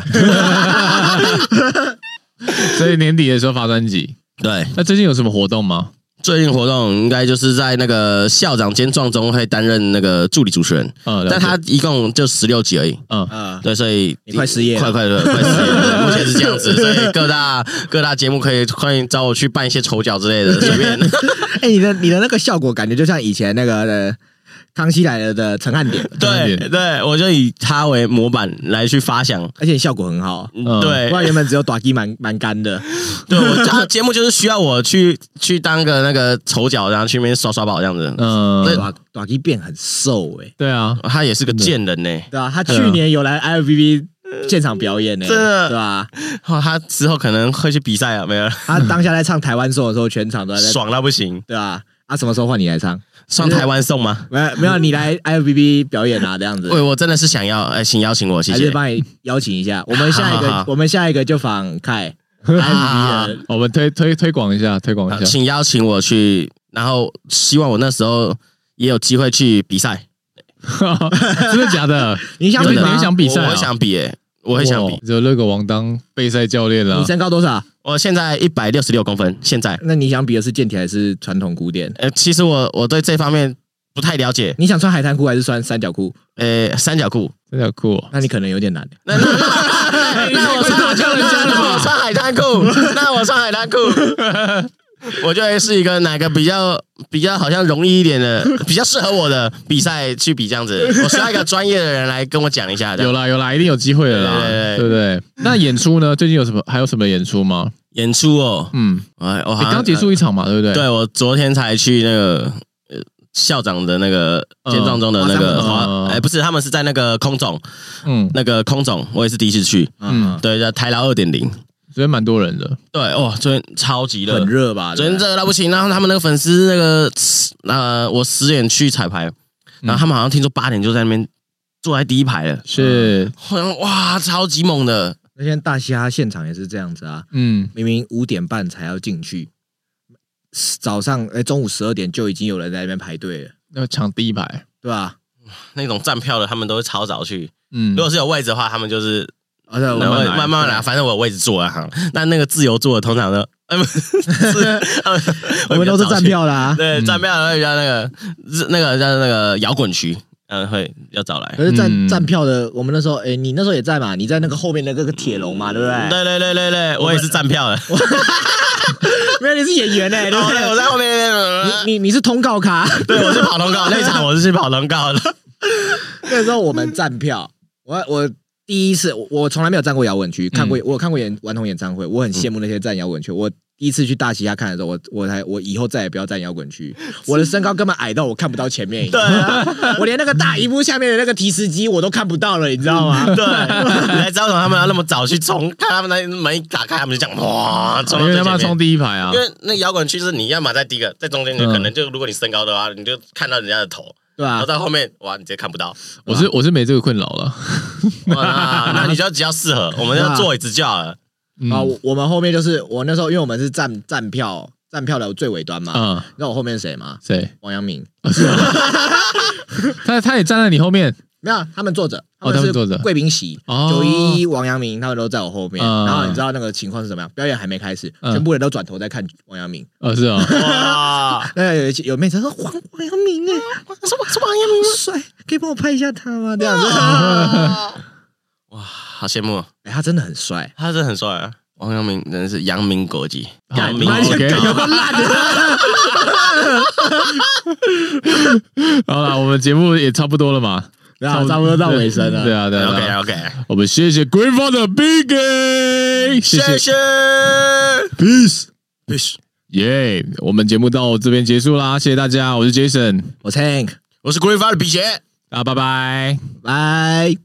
S1: 所以年底的时候发专辑。
S3: 对，
S1: 那最近有什么活动吗？
S3: 最近活动应该就是在那个校长兼撞钟会担任那个助理主持人，
S1: 嗯，了解
S3: 但他一共就十六集而已。
S1: 嗯
S2: 啊，
S3: 对，所以
S2: 你快失业了
S3: 快快快快失业 了，对目前是这样子，所以各大各大节目可以欢迎找我去办一些丑角之 类的，随便。
S2: 哎，你的你的那个效果感觉就像以前那个呃康熙来了的陈汉典，
S3: 对对，我就以他为模板来去发想。
S2: 而且效果很好。
S1: 嗯
S3: 对
S2: 不，然原本只有短机蛮蛮干的，
S3: 对我他节目就是需要我去 去当个那个丑角，然后去那边耍耍宝这样子。
S1: 嗯，
S2: 短短机变很瘦
S4: 欸
S2: 哎、
S1: 对啊，
S3: 他也是个贱人呢、
S2: 对啊，他去年有来 L V B 现场表演呢、
S3: 呃真的
S2: 对吧、
S3: 哇，哦他之后可能会去比赛啊，没有，
S2: 他当下在唱台湾颂的时候，全场都在
S3: 爽到不行。
S2: 对吧、啊？啊，什么时候换你来唱？
S3: 上台湾送吗？
S2: 没有没有，你来 I F B B 表演啊，这样子，
S3: 我我真的是想要，哎，请邀请我，谢
S2: 还
S3: 谢
S2: 是。帮你邀请一 下。我们下一
S3: 好好
S2: 个
S3: 好，
S2: 我们下一个就访凯 I
S3: 好好
S2: F
S3: 啊好
S2: B 的
S1: 哦我们推推推广一下，推广
S3: 好
S1: 一下。
S3: 请邀请我去，然后希望我那时候也有机会去比赛。
S1: 真的假的？
S2: 你想
S1: 真
S2: 比
S1: 的你
S2: 吗
S1: 很？想比赛啊
S3: 我我想比，哎，我很想比
S1: 哇。就那个王当备赛教练啦
S2: 你。身高多少？
S3: 我现在一百六十六公分，现在。
S2: 那你想比的是健体还是传统古典？
S3: 呃，其实我我对这方面不太了解。
S2: 你想穿海滩裤还是穿三角裤？
S3: 呃，三角裤，
S1: 真的酷哦，
S2: 那你可能有点难。
S3: 那那那我穿叫人家了，我穿海滩裤，那我穿海滩裤，我就会是一个哪个比较比较好像容易一点的，比较适合我的比赛去比这样子。我需要一个专业的人来跟我讲一下。这
S1: 有
S3: 样
S1: 啦有啦，一定有机会的啦，对
S3: 对
S1: 不对？那演出呢？最近有什么还有什么演出吗？
S3: 演出哦，
S1: 嗯，
S3: 哎，我
S1: 你
S3: 好像
S1: 刚结束一场嘛，对不对？
S3: 对我昨天才去那个呃校长的那个
S1: 嗯
S3: 建壮中的那个
S1: 华山
S3: 华，
S1: 嗯
S3: 哎、不是，他们是在那个空总，
S1: 嗯，
S3: 那个空总，我也是第一次去，
S1: 嗯
S2: 嗯，
S3: 对，叫台劳二点零，
S1: 昨天蛮多人的，
S3: 对，哇，昨天超级热
S2: 很，热吧？
S3: 昨
S2: 对
S3: 天
S2: 不对
S3: 热到不行，然后他们那个粉丝那个，呃，我十点去彩排，然后他们好像听说八点就在那边坐在第一排了，
S1: 是
S3: 好像哇，超级猛的，
S2: 那天大嘻哈现场也是这样子啊，
S1: 嗯
S2: 明明五点半才要进去，早上哎中午十二点就已经有人在那边排队了，
S1: 要抢第一排，
S2: 对吧？
S3: 那种站票的他们都会超早去，
S1: 嗯
S3: 如，果是有位置的话，他们就是
S2: 而啊且我
S3: 然后
S2: 们
S3: 慢慢来，反正我有位置坐啊。哈那那个自由坐的通常都， 哎不是是
S2: 我们都是站，票啦。
S3: 对，
S1: 嗯
S3: 站票会比较那个是那个叫那个摇滚区，嗯，会要找来
S2: 可。是
S1: 嗯
S2: 站站票的，我们那时候哎，你那时候也在嘛？你在那个后面的那个铁笼嘛，对不对？
S3: 对对对对对，我也是站票的，
S2: 没有，你是演员哎，对不
S3: 我我
S2: 对？
S3: 在后面，
S2: 你你你是通告咖。
S3: 对，我是跑通告，那场我是去跑通告的。
S2: 那时候我们站票，我我第一次我我从来没有站过摇滚
S1: 嗯
S2: 区，看过、我有看过演顽童演唱会，我很羡慕那些站摇滚区。我第一次去大西亚看的时候，我我才我以后再也不要站摇滚区，我的身高根本矮到我看不到前面，
S3: 对啊
S2: 我连那个大荧幕下面的那个提示机我都看不到了，你知道吗？
S1: 嗯
S3: 对，你还知道为什么他们要那么早去冲？看他们那门一打开，他们就这样哇，冲到
S1: 哦因为
S3: 最
S1: 他们
S3: 前
S1: 要冲。
S3: 面
S1: 第一排啊
S3: 因，为那摇滚区是你要么在第一个，在中间，你
S1: 嗯
S3: 可能就如果你身高的话，你就看到人家的头，
S2: 对
S3: 然
S2: 吧、
S3: 后到后面哇，你直接看不到。
S1: 我是我是没这个困扰了，
S3: 哇那那你就要比较适合，我们要坐椅子就好了。
S1: 嗯
S2: 啊，我我们后面就是我那时候，因为我们是站站票站票的最尾端嘛，
S1: 嗯，
S2: 你知道我后面是谁吗？
S1: 谁？
S2: 王阳明。
S1: 他他也站在你后面，
S2: 没有，啊他们坐着，
S1: 哦他们
S2: 是
S1: 坐着
S2: 贵宾席，
S1: 哦
S2: 九一一王阳明他们都在我后面。
S1: 嗯
S2: 然后你知道那个情况是怎么样？表演还没开始，
S1: 嗯
S2: 全部人都转头在看王阳明。
S1: 呃，是啊，
S3: 哇，
S2: 那有一有妹子说王王阳明哎，
S3: 什么什么王阳明？
S2: 帅，可以帮我拍一下他吗？这样子，
S3: 哇，好羡慕，
S2: 哎，他真的很帅。
S3: 他真的很帅啊！王阳明真的是阳明国际，
S1: 好
S3: 阳明
S1: 好
S2: 哦
S3: 国际
S1: OK，好了，我们节目也差不多了嘛，
S2: 对啊，差不多到尾声了。
S1: 对啊，对啊，对
S3: OK
S1: 啊
S3: OK，
S1: 我们谢谢 Green Father Big，A，谢
S3: 谢
S1: 谢
S3: 谢
S1: Peace，
S3: Peace
S1: 耶！我们节目到这边结束啦，谢谢大家，我是 Jason，啊
S2: 我 Tank，
S3: 我是 Green Fire 的皮鞋。
S1: 大家拜拜。
S2: 拜。